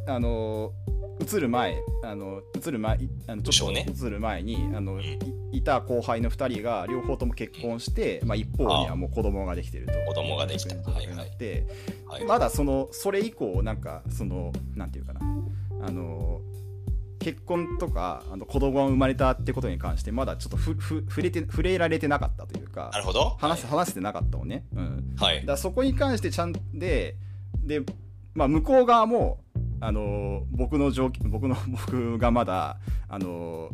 Speaker 1: あの移る前あの移る前いあのちょ
Speaker 2: そう
Speaker 1: っ
Speaker 2: ね
Speaker 1: と移る前にあの
Speaker 2: ん
Speaker 1: いいた後輩の2人が両方とも結婚して、まあ、一方にはもう子供ができてると
Speaker 2: 子供ができた
Speaker 1: いう状況になって、
Speaker 2: はい
Speaker 1: まだそのそれ以降なんかそのなんていうかなあの結婚とかあの子供が生まれたってことに関してまだちょっとふふ触れて触れられてなかったというか
Speaker 2: なるほど
Speaker 1: 話せ話せてなかったのね、うん、
Speaker 2: はい
Speaker 1: だからそこに関してちゃんでで、まあ、向こう側もあの僕の状況僕の *laughs* 僕がまだあの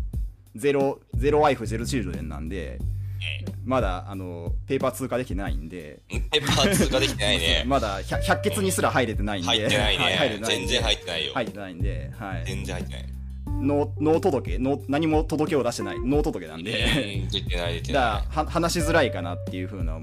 Speaker 1: ゼロゼロワイフゼロチルドレンなんでまだあのペーパー通過できてないんで。
Speaker 2: ペーパー通過できてないね
Speaker 1: まだ 100, 100決にすら入れて *laughs* ないんで。
Speaker 2: 入ってない
Speaker 1: *laughs* はい入れ
Speaker 2: ね
Speaker 1: てないん
Speaker 2: 全
Speaker 1: で
Speaker 2: 然入ってないよ
Speaker 1: 入ってないんで、はい。
Speaker 2: 全然入ってない
Speaker 1: ノーノー届け、ノー何も届けを出してない、ノー届けなんで、
Speaker 2: うん出てない出
Speaker 1: *laughs*
Speaker 2: て
Speaker 1: だか
Speaker 2: な
Speaker 1: らは話しづらいかなっていうふうな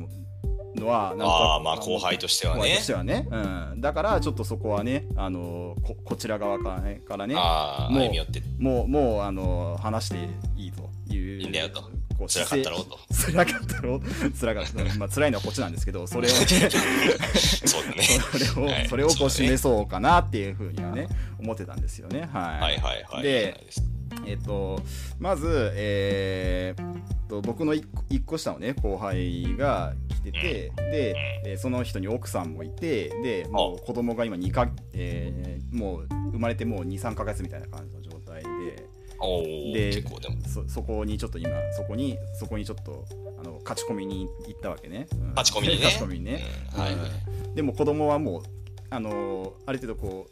Speaker 1: のはなんか
Speaker 2: ああまあ後輩としては
Speaker 1: 後輩
Speaker 2: ね
Speaker 1: としてはね、うん、だからちょっとそこはねあのここちら側からねからね
Speaker 2: ああ
Speaker 1: もう
Speaker 2: 歩み寄って
Speaker 1: もうもうあの話していいという
Speaker 2: いいんだよと
Speaker 1: こう
Speaker 2: 辛
Speaker 1: *laughs*
Speaker 2: かったろうと
Speaker 1: つらかったろうつらかったまあ辛いのはこっちなんですけどそれを
Speaker 2: *laughs* そうだね
Speaker 1: *laughs* それを、
Speaker 2: はい
Speaker 1: それをこう
Speaker 2: そうだね
Speaker 1: 示そうかなっていうふうにはね思ってたんですよねはい、
Speaker 2: はいはいはい
Speaker 1: で
Speaker 2: いいじゃないす
Speaker 1: えっとまずえーっと僕の 1, 個下のね後輩が来ててで、えーその人に奥さんもいてでもう子供が今2か、えーもう生まれてもう23か月みたいな感じの状態で。
Speaker 2: おー
Speaker 1: で
Speaker 2: 結構でも
Speaker 1: そそこにちょっと今そこにそこにちょっとあの勝ち込みに行ったわけね、うん
Speaker 2: 勝ち込みにね
Speaker 1: *laughs* 勝ち込みにね、
Speaker 2: うんはいはい
Speaker 1: うんでも子供はもうあのある程度こ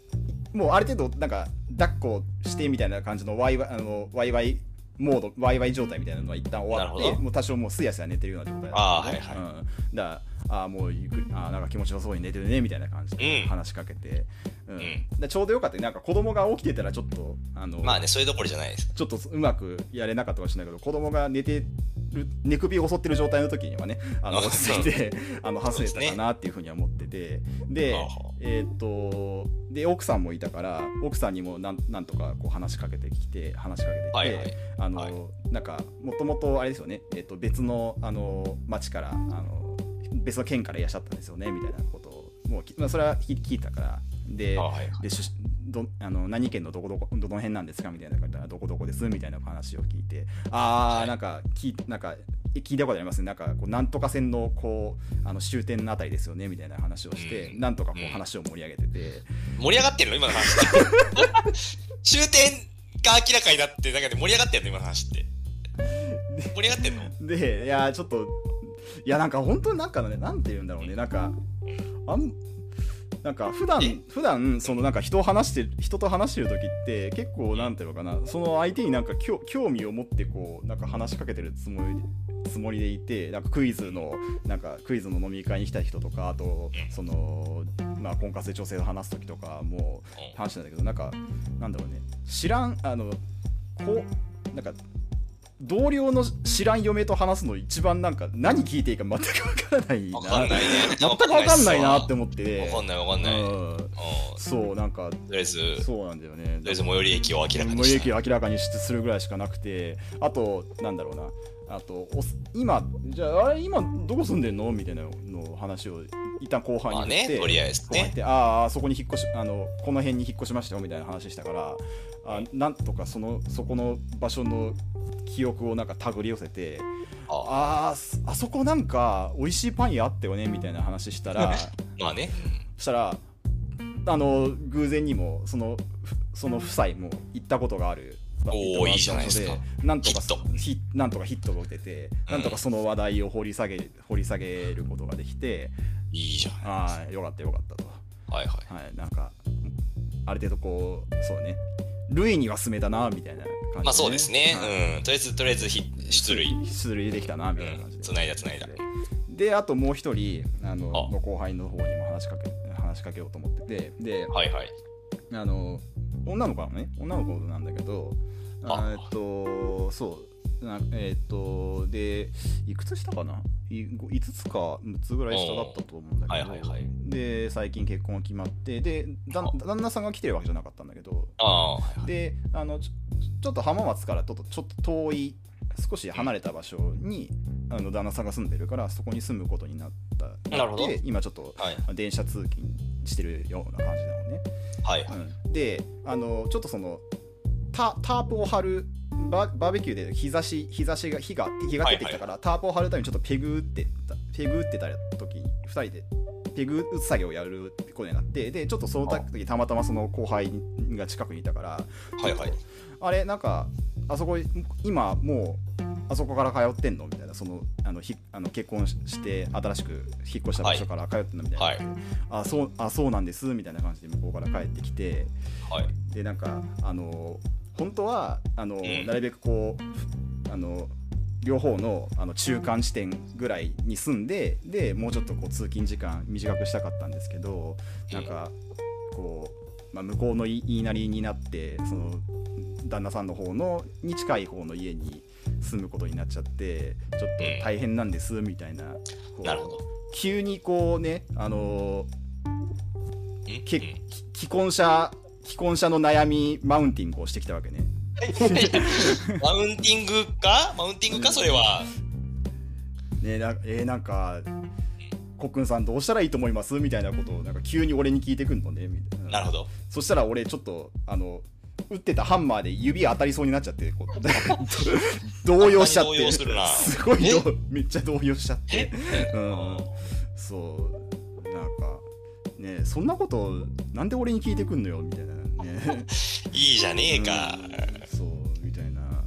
Speaker 1: うもうある程度なんか抱っこしてみたいな感じのワイワイあのワイワイモードワイワイ状態みたいなのは一旦終わっ
Speaker 2: なる
Speaker 1: て
Speaker 2: ほど
Speaker 1: もう多少もうすやすや寝てるような状態だ
Speaker 2: あー
Speaker 1: ったのね
Speaker 2: はい
Speaker 1: うん、だからあーもうゆっくりあーなんか気持ちよそうに寝てるねみたいな感じで
Speaker 2: うん
Speaker 1: 話しかけて、うん
Speaker 2: うん
Speaker 1: でちょうどよかったよなんか子供が起きてたらちょっとあの、
Speaker 2: まあねそういうところじゃないです
Speaker 1: ちょっとうまくやれなかったかもしれないけど子供が寝てる寝首を襲ってる状態の時にはねあの
Speaker 2: あ
Speaker 1: 落ち着いて *laughs* あの
Speaker 2: そう
Speaker 1: 外
Speaker 2: で
Speaker 1: れ
Speaker 2: すね
Speaker 1: たかなっていうふうには思っててで
Speaker 2: はあはあ
Speaker 1: えーっとで奥さんもいたから奥さんにもなんなんとかこう話しかけてきて話しかけてきて、
Speaker 2: はいはい
Speaker 1: あの
Speaker 2: はい
Speaker 1: なんかもともとあれですよね、えーっと別のあの町からあの別の県からいらっしゃったんですよねみたいなことをもうき、まあ、それは聞聞いたからで
Speaker 2: あはいは
Speaker 1: で
Speaker 2: い
Speaker 1: 出どあの何県のどこどこどの辺なんですかみたいな方どこどこですみたいな話を聞いてああ、
Speaker 2: はい
Speaker 1: なんか聞いなんかえ聞いたことありますねなんかこうなんとか線のこうあの終点のあたりですよねみたいな話をして、
Speaker 2: うん
Speaker 1: なんとかこ
Speaker 2: うん
Speaker 1: う話を盛り上げてて、
Speaker 2: 盛り上がってるの今の話
Speaker 1: *laughs*
Speaker 2: 終点が明らかになって中で盛り上がってるの今の話って盛り上がってるの
Speaker 1: でいやーちょっといやなんか本当になんかねなんて言うんだろうねなんかあんなんか普段
Speaker 2: え
Speaker 1: 普段そのなんか人を話して人と話してる時って結構なんていうのかなその相手になんかきょ興味を持ってこうなんか話しかけてるつもりつもりでいてなんかクイズのなんかクイズの飲み会に来た人とかあとそのまあ婚活で女性と話す時とかも
Speaker 2: うん
Speaker 1: 話してんだけどなんかなんだろうね知らんあのこうなんか同僚の知らん嫁と話すの一番なんか何聞いていいか全く分からないな
Speaker 2: わかんないね
Speaker 1: 全く分かんないなって
Speaker 2: 思
Speaker 1: 思って
Speaker 2: わかんないわかんない、うん、と
Speaker 1: うんそうなんか
Speaker 2: りあえずと
Speaker 1: そうなんだよね
Speaker 2: りあえず最寄り駅を明らかに
Speaker 1: 最寄り
Speaker 2: し
Speaker 1: 駅
Speaker 2: た
Speaker 1: を明らかにするぐらいしかなくてあとなんだろうなあとお今じゃああれ今どこ住んでんのみたいなの話を一旦後半
Speaker 2: まあ
Speaker 1: に振っ
Speaker 2: ね
Speaker 1: て、
Speaker 2: とりあえず
Speaker 1: こうやっ
Speaker 2: ね
Speaker 1: てああそこに引っ越しあのこの辺に引っ越しましたよみたいな話したからあなんとかそのそこの場所の記憶をなんか手繰り寄せて
Speaker 2: あ
Speaker 1: あーすあそこなんか美味しいパン屋あったよねみたいな話した
Speaker 2: *laughs*
Speaker 1: らそ
Speaker 2: まあね
Speaker 1: したらあの偶然にもそのその夫妻も行ったことがある。
Speaker 2: おーいいじゃないですか
Speaker 1: なんとか
Speaker 2: ヒット
Speaker 1: ヒなんとかヒットが打てて、なんとかその話題を掘り下げ掘り下げることができて、
Speaker 2: いいじゃん
Speaker 1: ああよかったよかったと。
Speaker 2: はいはい
Speaker 1: はい、なんかある程度こうそうねルイには進めたなみたいな感じで、
Speaker 2: まあそうですね、
Speaker 1: はい
Speaker 2: うんとりあえずとりあえずひ出塁
Speaker 1: 出塁できたなみたいな感じで
Speaker 2: うん繋いだ繋いだ
Speaker 1: であともう一人あの
Speaker 2: あ
Speaker 1: の後輩の方にも話しかけ話しかけようと思っててで
Speaker 2: はいはい
Speaker 1: あの女の子なのね女の子なんだけど
Speaker 2: あ
Speaker 1: えっとそうなえっとでいくつ下かないご5つか6つぐらい下だったと思うんだけど、
Speaker 2: はいはいはい
Speaker 1: で最近結婚が決まってでだ
Speaker 2: あ
Speaker 1: 旦那さんが来てるわけじゃなかったんだけど
Speaker 2: ああはいはい
Speaker 1: であのちょちょっと浜松からちょっとちょっと遠い少し離れた場所にあの旦那さんが住んでるからそこに住むことになった
Speaker 2: なるほど
Speaker 1: で今ちょっと
Speaker 2: はい
Speaker 1: 電車通勤してるような感じなのね。
Speaker 2: はいはい
Speaker 1: うんであのちょっとそのタタープを張るババーベキューで日差し日差しが火が日が出てきたから、タープを張るためにちょっとペグ打ってたペグ打ってた時に2人でペグ打つ作業をやることになってでちょっとその時たまたまその後輩が近くにいたから
Speaker 2: はいはい
Speaker 1: あれなんかあそこ今もうあそこから通ってんのみたいなそのあのひあの結婚しして新しく引っ越した場所から通ってんのみたいな、
Speaker 2: はい
Speaker 1: あそうあそうなんですみたいな感じで向こうから帰ってきて。
Speaker 2: はい
Speaker 1: でなんかあの本当はあの、
Speaker 2: ん
Speaker 1: なるべくこうあの両方のあの中間地点ぐらいに住んででもうちょっとこう通勤時間短くしたかったんですけどなんかこう、まあ、向こうの言い言いなりになってその旦那さんの方のに近い方の家に住むことになっちゃってちょっと大変なんですみたいな、こう
Speaker 2: なるほど
Speaker 1: 急にこうね、あの
Speaker 2: うん
Speaker 1: ー、け既婚者、既婚者の悩みマウンティングをしてきたわけね。
Speaker 2: うんマウンティングかマウンティングかそれは。
Speaker 1: ねなえーなんか、コックンさんどうしたらいいと思いますみたいなことをなんか急に俺に聞いてくんのね、みたいな。
Speaker 2: なるほど。
Speaker 1: そしたら俺ちょっとあの打ってたハンマーで指当たりそうになっちゃってこう *laughs* 動揺しちゃっ
Speaker 2: 動
Speaker 1: て
Speaker 2: 揺するな
Speaker 1: すごいどうめっちゃ動揺しちゃって、う、
Speaker 2: うん
Speaker 1: そうなんかねそんなことなんで俺に聞いてくんのよみたいなね
Speaker 2: いいじゃねえか。
Speaker 1: うんそうみたいな、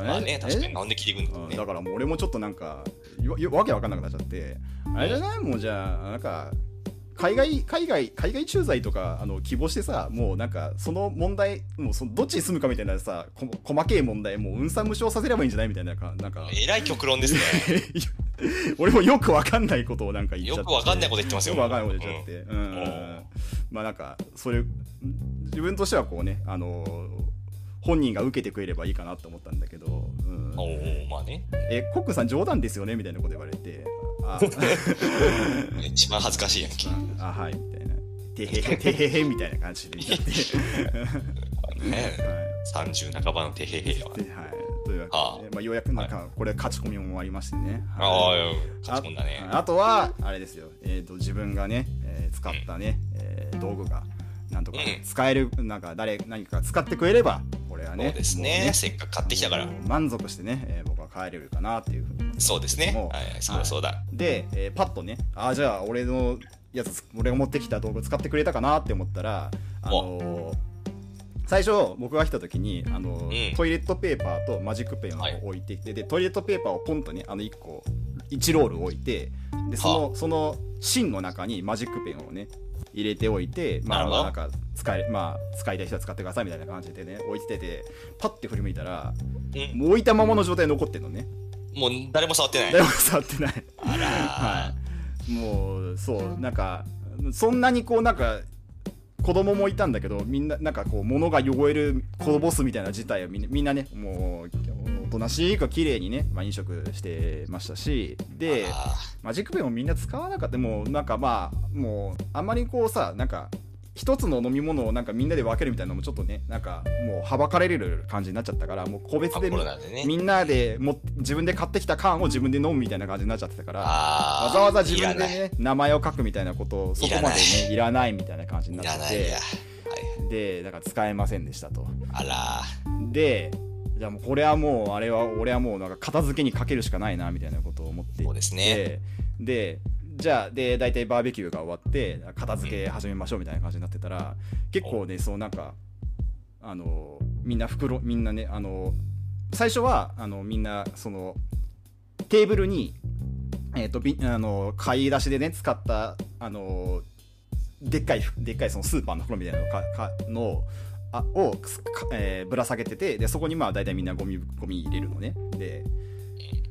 Speaker 1: うん、
Speaker 2: まあね、
Speaker 1: え
Speaker 2: 確かになんで聞いてくんだろ
Speaker 1: う
Speaker 2: うんね
Speaker 1: だ。からもう俺もちょっとなんかよよわけわかんなくなっちゃってあれじゃないもうじゃあなんか海外海外海外駐在とかあの希望してさもうなんかその問題もうそのどっちに住むかみたいなさこ細けえ問題もううんさん無償させればいいんじゃないみたいななんかなんか
Speaker 2: えらい極論ですね。
Speaker 1: *laughs* 俺もよくわかんないことをなんか言っちゃっ
Speaker 2: よ
Speaker 1: て
Speaker 2: くわかんないこと言ってますよ。
Speaker 1: よくわかんないこと言っちゃって、うん
Speaker 2: うん
Speaker 1: まあなんかそれ自分としてはこうねあの本人が受けてくれればいいかなと思ったんだけど、うん、
Speaker 2: おーまあね。
Speaker 1: えコックンさん冗談ですよねみたいなこと言われて *laughs* あ
Speaker 2: 一番恥ずかしいやんけ。
Speaker 1: ああはいみたいなてへへてへへみたいな感じで言っちゃって、
Speaker 2: ね
Speaker 1: は
Speaker 2: 30半ばのてへへやわ。
Speaker 1: *laughs* いではい、というわけで、まあ、ようやくなんかこれ勝ち込みも終わりましてね、
Speaker 2: ああ
Speaker 1: はい、、
Speaker 2: 勝ち込んだね。
Speaker 1: ああとはあれですよ、えー、と自分がね、えー使ったね、えー道具がなんとか
Speaker 2: うん
Speaker 1: 使える、なんか誰何か使ってくれればこれはね
Speaker 2: そうです
Speaker 1: もう
Speaker 2: ねせっかく買ってきたから。
Speaker 1: もう満足してね、えー僕は帰れるかなっていうふうに思ってます
Speaker 2: そうですね。
Speaker 1: もう
Speaker 2: はいはい、そうだそうだ。
Speaker 1: で、えーパッとねあーじゃあ俺のやつ俺が持ってきた道具使ってくれたかなって思ったらあのー最初僕が来た時にあのー
Speaker 2: うん
Speaker 1: トイレットペーパーとマジックペン
Speaker 2: はい
Speaker 1: を置いてきて、でトイレットペーパーをポンとねあの1個1ロール置いてでそのその芯の中にマジックペンをね入れておいて、ま
Speaker 2: な
Speaker 1: あ、
Speaker 2: るほど
Speaker 1: なんか使え、まあ、使いたい人は使ってくださいみたいな感じでね置いててパッて振り向いたら
Speaker 2: うん
Speaker 1: もう置いたままの状態で残ってんのね
Speaker 2: もう誰も触ってない。
Speaker 1: 誰も触ってない
Speaker 2: あら
Speaker 1: は
Speaker 2: ー。
Speaker 1: い、もうそうなんかそんなにこうなんか子供もいたんだけどみんななんかこう物が汚れるこぼすみたいな事態をみんなみんなねもうおとなしく綺麗にね、まあ、飲食してましたしで
Speaker 2: あ
Speaker 1: マジックペンをみんな使わなかったもうなんかまあもうあんまりこうさなんか一つの飲み物をなんかみんなで分けるみたいなのもちょっとねなんかもうはばかれる感じになっちゃったからもう個別
Speaker 2: ー
Speaker 1: で
Speaker 2: コ
Speaker 1: み
Speaker 2: ロナでね。
Speaker 1: みんなでもって自分で買ってきた缶を自分で飲むみたいな感じになっちゃってたから
Speaker 2: ああ。
Speaker 1: わざわざ自分で
Speaker 2: いらない。
Speaker 1: ね名前を書くみたいなことをそこまでねいらないみたいな感じに
Speaker 2: い
Speaker 1: な
Speaker 2: ら
Speaker 1: っ
Speaker 2: な
Speaker 1: て
Speaker 2: い
Speaker 1: て
Speaker 2: や。
Speaker 1: でだから使えませんでしたと
Speaker 2: はい。あら
Speaker 1: でじゃあもうこれはもうあれは俺はもうなんか片付けにかけるしかないなみたいなことを思っていて
Speaker 2: ー。そうですね。
Speaker 1: でじゃあで大体バーベキューが終わって片付け始めましょうみたいな感じになってたら結構ねそうなんかあのみんな袋みんなねあの最初はあのみんなそのテーブルに、えー、とびあの買い出しでね使ったあのでっかいでっかいそのスーパーの袋みたいなのかかのあを、かえーぶら下げててでそこにまあ大体みんなゴミゴミ入れるのねで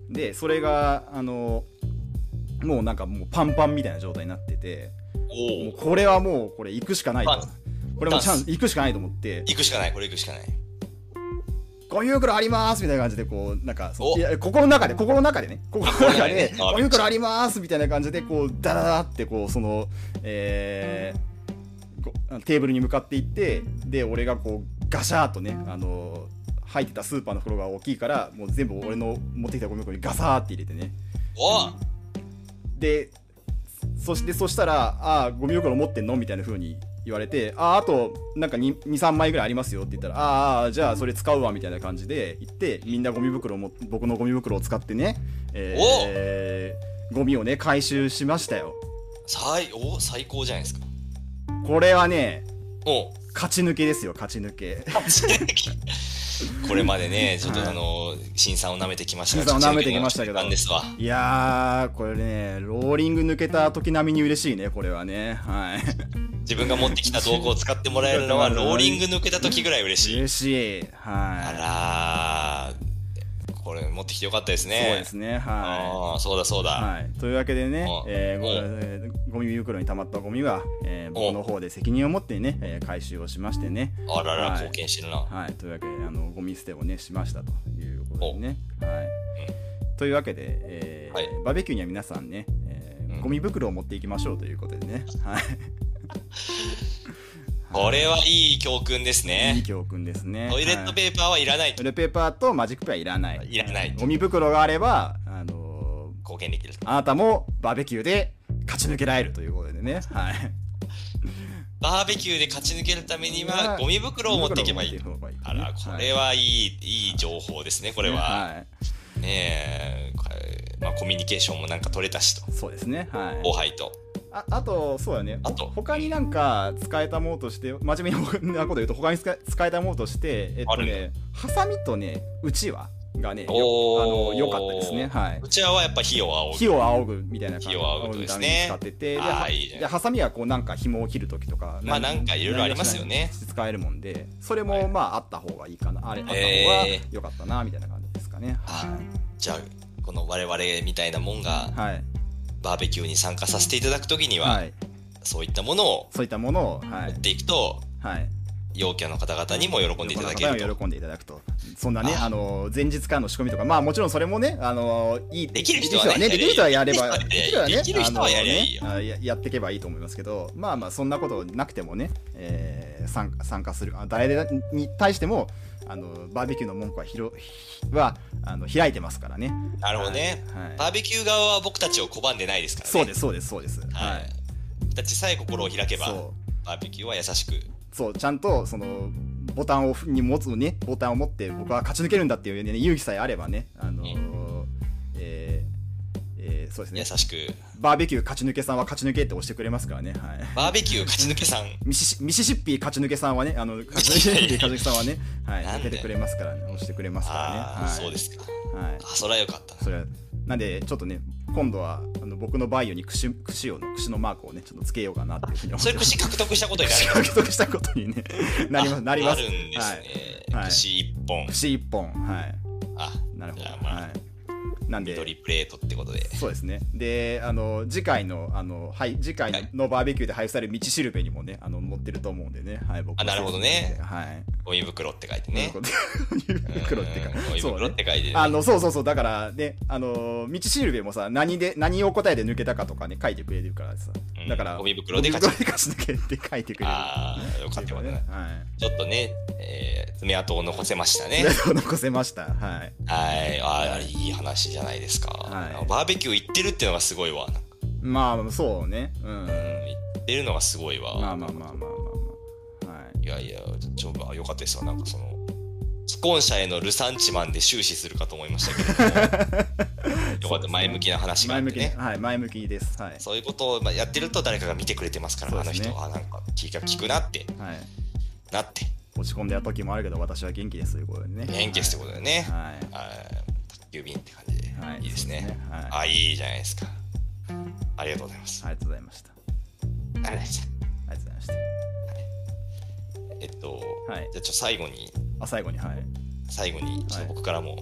Speaker 1: でそれがあのもうなんかもうパンパンみたいな状態になってても
Speaker 2: お
Speaker 1: う
Speaker 2: お。
Speaker 1: これはもうこれ行くしかないと
Speaker 2: パン
Speaker 1: これもうチャン
Speaker 2: パ
Speaker 1: ス行くしかないと思って
Speaker 2: 行くしかない。これ行くしかない。
Speaker 1: ゴミ袋ありますみたいな感じでこうなんかそ
Speaker 2: お
Speaker 1: ういや心の中で心の中でね心の中で
Speaker 2: 心の中でね
Speaker 1: ゴミ袋ありますみたいな感じでこうダラダラってこうそのえーごテーブルに向かっていってで俺がこうガシャーとねあの入ってたスーパーの袋が大きいからもう全部俺の持ってきたゴミ袋にガサーって入れてね
Speaker 2: お
Speaker 1: でそしてそしたら「ああゴミ袋持ってんの?」みたいな風に言われて「あああとなんか23枚ぐらいありますよ」って言ったら「あーあーじゃあそれ使うわ」みたいな感じで言ってみんなゴミ袋も僕のゴミ袋を使ってね、えーゴミをね回収しましたよ
Speaker 2: 最、お最高じゃないですか。
Speaker 1: これはね
Speaker 2: おう
Speaker 1: 勝ち抜けですよ勝ち抜け *laughs*
Speaker 2: これまでね、ちょっ
Speaker 1: はい
Speaker 2: とあの、新さんを舐めてきました
Speaker 1: 新さんを舐めてきましたけど
Speaker 2: なんですわ。
Speaker 1: いやーこれねローリング抜けた時並みに嬉しいねこれはねはい
Speaker 2: 自分が持ってきた道具を使ってもらえるのは、ローリング抜けた時ぐらい嬉しい。
Speaker 1: 嬉しいはい
Speaker 2: あらー。これ持ってきてよかったですね。
Speaker 1: そうですねはい
Speaker 2: ああ、そうだそうだ。
Speaker 1: はい、というわけでね
Speaker 2: あ、
Speaker 1: えーご
Speaker 2: うん
Speaker 1: えーゴミ袋に溜まったゴミは、えー僕の方で責任を持ってね、えー回収をしましてね、
Speaker 2: あらら、
Speaker 1: はい
Speaker 2: 貢献してるな。
Speaker 1: はい、というわけであのゴミ捨てをねしましたということでね、はい、というわけで、えー
Speaker 2: はい
Speaker 1: バーベキューには皆さんね、えー
Speaker 2: ううん
Speaker 1: ゴミ袋を持っていきましょうということでね、はい、
Speaker 2: これはいい教訓で
Speaker 1: い
Speaker 2: す
Speaker 1: い
Speaker 2: ね。
Speaker 1: 教訓ですね。
Speaker 2: トイレット
Speaker 1: ー
Speaker 2: ペーパーはいらない
Speaker 1: ト
Speaker 2: と
Speaker 1: イレペーパーとマジックペンはいらない。
Speaker 2: いらない
Speaker 1: ゴミ袋があれば、あのー
Speaker 2: 貢献できると。
Speaker 1: あなたもバーベキューで勝ち抜けられるということでね。はい。
Speaker 2: バーベキューで勝ち抜けるため
Speaker 1: い
Speaker 2: に
Speaker 1: や
Speaker 2: は
Speaker 1: ー
Speaker 2: ゴミ袋を持っていけばいい
Speaker 1: ゴ。ミ袋を持っていけば
Speaker 2: あ
Speaker 1: いい
Speaker 2: ら、これはいい、いい情報ですね、これは。
Speaker 1: はい。
Speaker 2: ねえ、これまあ、コミュニケーションもなんか取れたしと。
Speaker 1: そうですね。はい。
Speaker 2: 後輩と。
Speaker 1: ああとそうだね
Speaker 2: あと
Speaker 1: 他になんか使えたものとして真面目なこと言うと他に使え使えたものとしてえっ
Speaker 2: あ
Speaker 1: と
Speaker 2: る
Speaker 1: ねハサミとねうちわがねよあ
Speaker 2: お
Speaker 1: の
Speaker 2: ー
Speaker 1: 良かったですねはいう
Speaker 2: ちらはやっぱ火を仰
Speaker 1: 火
Speaker 2: ぐ。
Speaker 1: を仰ぐみたいな感じ
Speaker 2: 火を仰ぐとですね
Speaker 1: 使っててで
Speaker 2: あー
Speaker 1: はい
Speaker 2: いじゃん
Speaker 1: でハサミはこうなんか紐を切る時とか
Speaker 2: まあなんかいろいろありますよね
Speaker 1: 使えるもんでそれ
Speaker 2: は
Speaker 1: も
Speaker 2: い
Speaker 1: まああった方がいいかなあれあった方
Speaker 2: え
Speaker 1: が良かったなみたいな感じですかね
Speaker 2: あ
Speaker 1: は
Speaker 2: じゃあ、この我々みたいなもんが
Speaker 1: いはい
Speaker 2: バーベキューに参加させていただくときには、
Speaker 1: はい
Speaker 2: そういったものを
Speaker 1: そういったものをはい
Speaker 2: 持っていくと、
Speaker 1: はい
Speaker 2: 陽キャの方々にも喜んでいただける
Speaker 1: 喜んでいただける
Speaker 2: と
Speaker 1: と。喜んでいただくとそんなね
Speaker 2: あ
Speaker 1: あの前日からの仕込みとかまあもちろんそれもねあのいい
Speaker 2: できる人はね
Speaker 1: できる人はやれば
Speaker 2: できる人はねできる人はやりゃいいよ
Speaker 1: あのねあややっていけばいいと思いますけどまあまあそんなことなくてもね、えー参参加するあ誰に対してもあのバーベキューの文句はひろはあの開いてますからね
Speaker 2: なるほどね。
Speaker 1: はい
Speaker 2: バーベキュー側は僕たちを拒んでないですからね。
Speaker 1: そうですそうですそうですは
Speaker 2: はいい。僕たちさえ心を開けば、
Speaker 1: そう
Speaker 2: バーベキューは優しく。
Speaker 1: そうちゃんとそのボタンをに持つねボタンを持って僕は勝ち抜けるんだっていう、ね、勇気さえあればねあのーえーえーそう
Speaker 2: 優
Speaker 1: ですね
Speaker 2: しく。
Speaker 1: バーベキュー勝ち抜けさんは勝ち抜けって押してくれますからねはい
Speaker 2: バーベキュー勝ち抜
Speaker 1: *laughs*
Speaker 2: けさん。
Speaker 1: ミシシミシシッピー勝ち抜けさんはねあの
Speaker 2: *laughs*
Speaker 1: 勝ち抜け勝ち抜けさんはねはい
Speaker 2: なんで
Speaker 1: 抜けてくれますからね押してくれますから
Speaker 2: あ
Speaker 1: ね
Speaker 2: あ、
Speaker 1: はい
Speaker 2: そうですか。
Speaker 1: はい
Speaker 2: あ、それはよかったな。
Speaker 1: それはなんでちょっとね今度はあの僕のバイオに串串をの串のマークをねちょっとつけようかなっていうふうに思っ
Speaker 2: そ
Speaker 1: て
Speaker 2: れ串獲得したことになる
Speaker 1: 串獲得したことにね *laughs* なります
Speaker 2: あ
Speaker 1: なります
Speaker 2: なるんです
Speaker 1: はい
Speaker 2: ね。
Speaker 1: はいはい
Speaker 2: 串一本。
Speaker 1: 串一本はい
Speaker 2: あ、
Speaker 1: なるほど、
Speaker 2: じゃあまあ
Speaker 1: はいなんで
Speaker 2: 緑プレートってことで。
Speaker 1: そうですねであの次回のあの、はい、次
Speaker 2: は
Speaker 1: 回
Speaker 2: い
Speaker 1: のバーベキューで配布される道しるべにもねあの載ってると思うんでねはい僕
Speaker 2: あなるほどね
Speaker 1: はい
Speaker 2: ゴミ袋って書いて
Speaker 1: ね *laughs*
Speaker 2: ね。
Speaker 1: 袋ってか
Speaker 2: うんゴミ
Speaker 1: そう
Speaker 2: 袋っ
Speaker 1: ね
Speaker 2: て書いてね。
Speaker 1: あのそうそうそうだからねあの道しるべもさ何で何を答えて抜けたかとかね書いてくれるからさ、
Speaker 2: うん
Speaker 1: だから
Speaker 2: ゴミ袋で
Speaker 1: ゴミ
Speaker 2: 勝ち
Speaker 1: 勝ち抜けって書いてくれる
Speaker 2: ああ、よかったよかった
Speaker 1: ね。はい *laughs*
Speaker 2: ちょっとね、えー爪痕を残せましたね
Speaker 1: そ。れを残せましたはい
Speaker 2: はい、あーいい話じゃないですか、
Speaker 1: はい
Speaker 2: バーベキュー行ってるってのがすごいわ。なんか
Speaker 1: まあそうねうん
Speaker 2: うん、行ってるのがすごいわ。
Speaker 1: まあまあまあまあまあまあはい
Speaker 2: いやいや、ちょあよかったですわ。なんかその、既婚者へのルサンチマンで終始するかと思い
Speaker 1: *laughs*
Speaker 2: ましたけども、よかった、前向きな話が
Speaker 1: 前
Speaker 2: あっ
Speaker 1: 向
Speaker 2: て
Speaker 1: きね
Speaker 2: ね。
Speaker 1: はい前向きですはい
Speaker 2: そういうことをまあやってると誰かが見てくれてますから、
Speaker 1: そう
Speaker 2: あ
Speaker 1: で
Speaker 2: の
Speaker 1: すね
Speaker 2: 人はなんか気が利くなって、
Speaker 1: はい
Speaker 2: なって、
Speaker 1: 落ち込んでた時もあるけど私は元気ですということでね
Speaker 2: 変形ってことだよ
Speaker 1: は
Speaker 2: ね。
Speaker 1: い
Speaker 2: あー郵便って感じで、
Speaker 1: はい
Speaker 2: い、いです
Speaker 1: そう
Speaker 2: ね。
Speaker 1: はい
Speaker 2: あ、いいじゃないですか。ありがとうございます。
Speaker 1: ありがとうございました
Speaker 2: ありがとうございました。
Speaker 1: ありがとうございました
Speaker 2: えっと、
Speaker 1: はい
Speaker 2: じゃあちょっと最後に、
Speaker 1: あ最後にはい
Speaker 2: 最後に、ちょっと僕からも、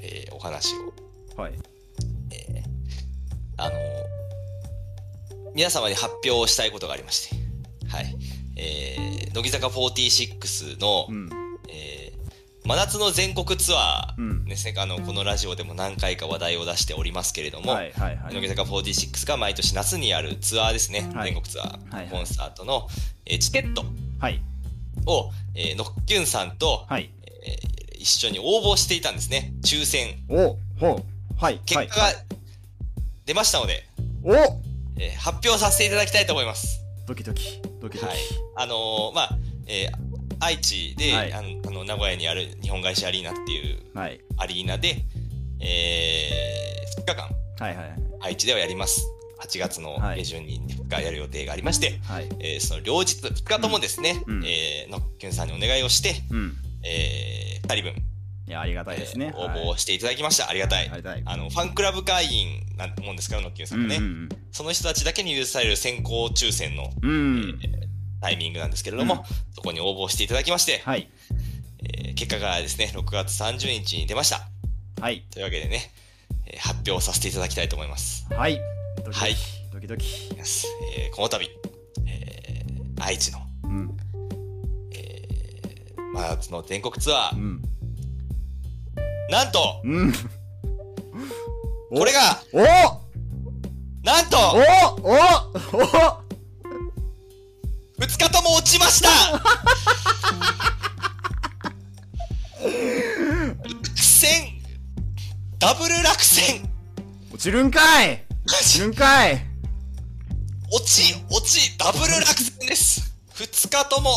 Speaker 2: えーお話を、
Speaker 1: はい
Speaker 2: えーあの皆様に発表したいことがありまして、はい、えー乃木坂46の、
Speaker 1: うん
Speaker 2: えー真夏の全国ツア
Speaker 1: う
Speaker 2: ー、
Speaker 1: ん
Speaker 2: ですね、あのこのラジオでも何回か話題を出しておりますけれども、
Speaker 1: はいはいはい
Speaker 2: 乃木坂46が毎年夏にあるツアーですね、
Speaker 1: はい
Speaker 2: 全国ツアー、
Speaker 1: はいはい
Speaker 2: コンサートの、えーチケット
Speaker 1: はい
Speaker 2: を、えー、ノッキュンさんと、
Speaker 1: はい
Speaker 2: えー一緒に応募していたんですね抽選
Speaker 1: おほうはい
Speaker 2: 結果
Speaker 1: は
Speaker 2: が
Speaker 1: い
Speaker 2: 出ましたので、
Speaker 1: お
Speaker 2: えー発表させていただきたいと思います
Speaker 1: ドキドキドキドキ
Speaker 2: はいあのーまあ、えー愛知で、
Speaker 1: はい
Speaker 2: あのあの名古屋にある日本外資アリーナっていう
Speaker 1: はい
Speaker 2: アリーナで、えー、2日間
Speaker 1: はいはい
Speaker 2: 愛知ではやります8月の
Speaker 1: はい
Speaker 2: 下旬に2日やる予定がありまして、
Speaker 1: はい
Speaker 2: えーその両日2日ともですね、
Speaker 1: うんうん
Speaker 2: えーのっきゅんさんにお願いをして、
Speaker 1: うん
Speaker 2: え2人分
Speaker 1: いやありがたいですね
Speaker 2: えー応募をしていただきました、ありがたい
Speaker 1: ありがたい
Speaker 2: あのファンクラブ会員なんてもんですからノッキュンさんがね、
Speaker 1: うん
Speaker 2: その人たちだけに許される先行抽選の、
Speaker 1: うんうん
Speaker 2: えータイミングなんですけれども、
Speaker 1: うん
Speaker 2: そこに応募していただきまして、
Speaker 1: はい
Speaker 2: えー結果がですね6月30日に出ました
Speaker 1: はい
Speaker 2: というわけでね、えー発表させていただきたいと思います、
Speaker 1: はいドキド
Speaker 2: はい
Speaker 1: キドキドキ
Speaker 2: Yes えーこの度、えー愛知の、
Speaker 1: うん
Speaker 2: えー、真夏の全国ツアー、
Speaker 1: うん
Speaker 2: なんと
Speaker 1: うん
Speaker 2: これが
Speaker 1: お
Speaker 2: なんと
Speaker 1: おおお
Speaker 2: 2日とも落ちました落選ダブル落選
Speaker 1: 落ちるんかい
Speaker 2: 落
Speaker 1: 落ち
Speaker 2: ち
Speaker 1: るんかい
Speaker 2: 落ちダブル落選です2日とも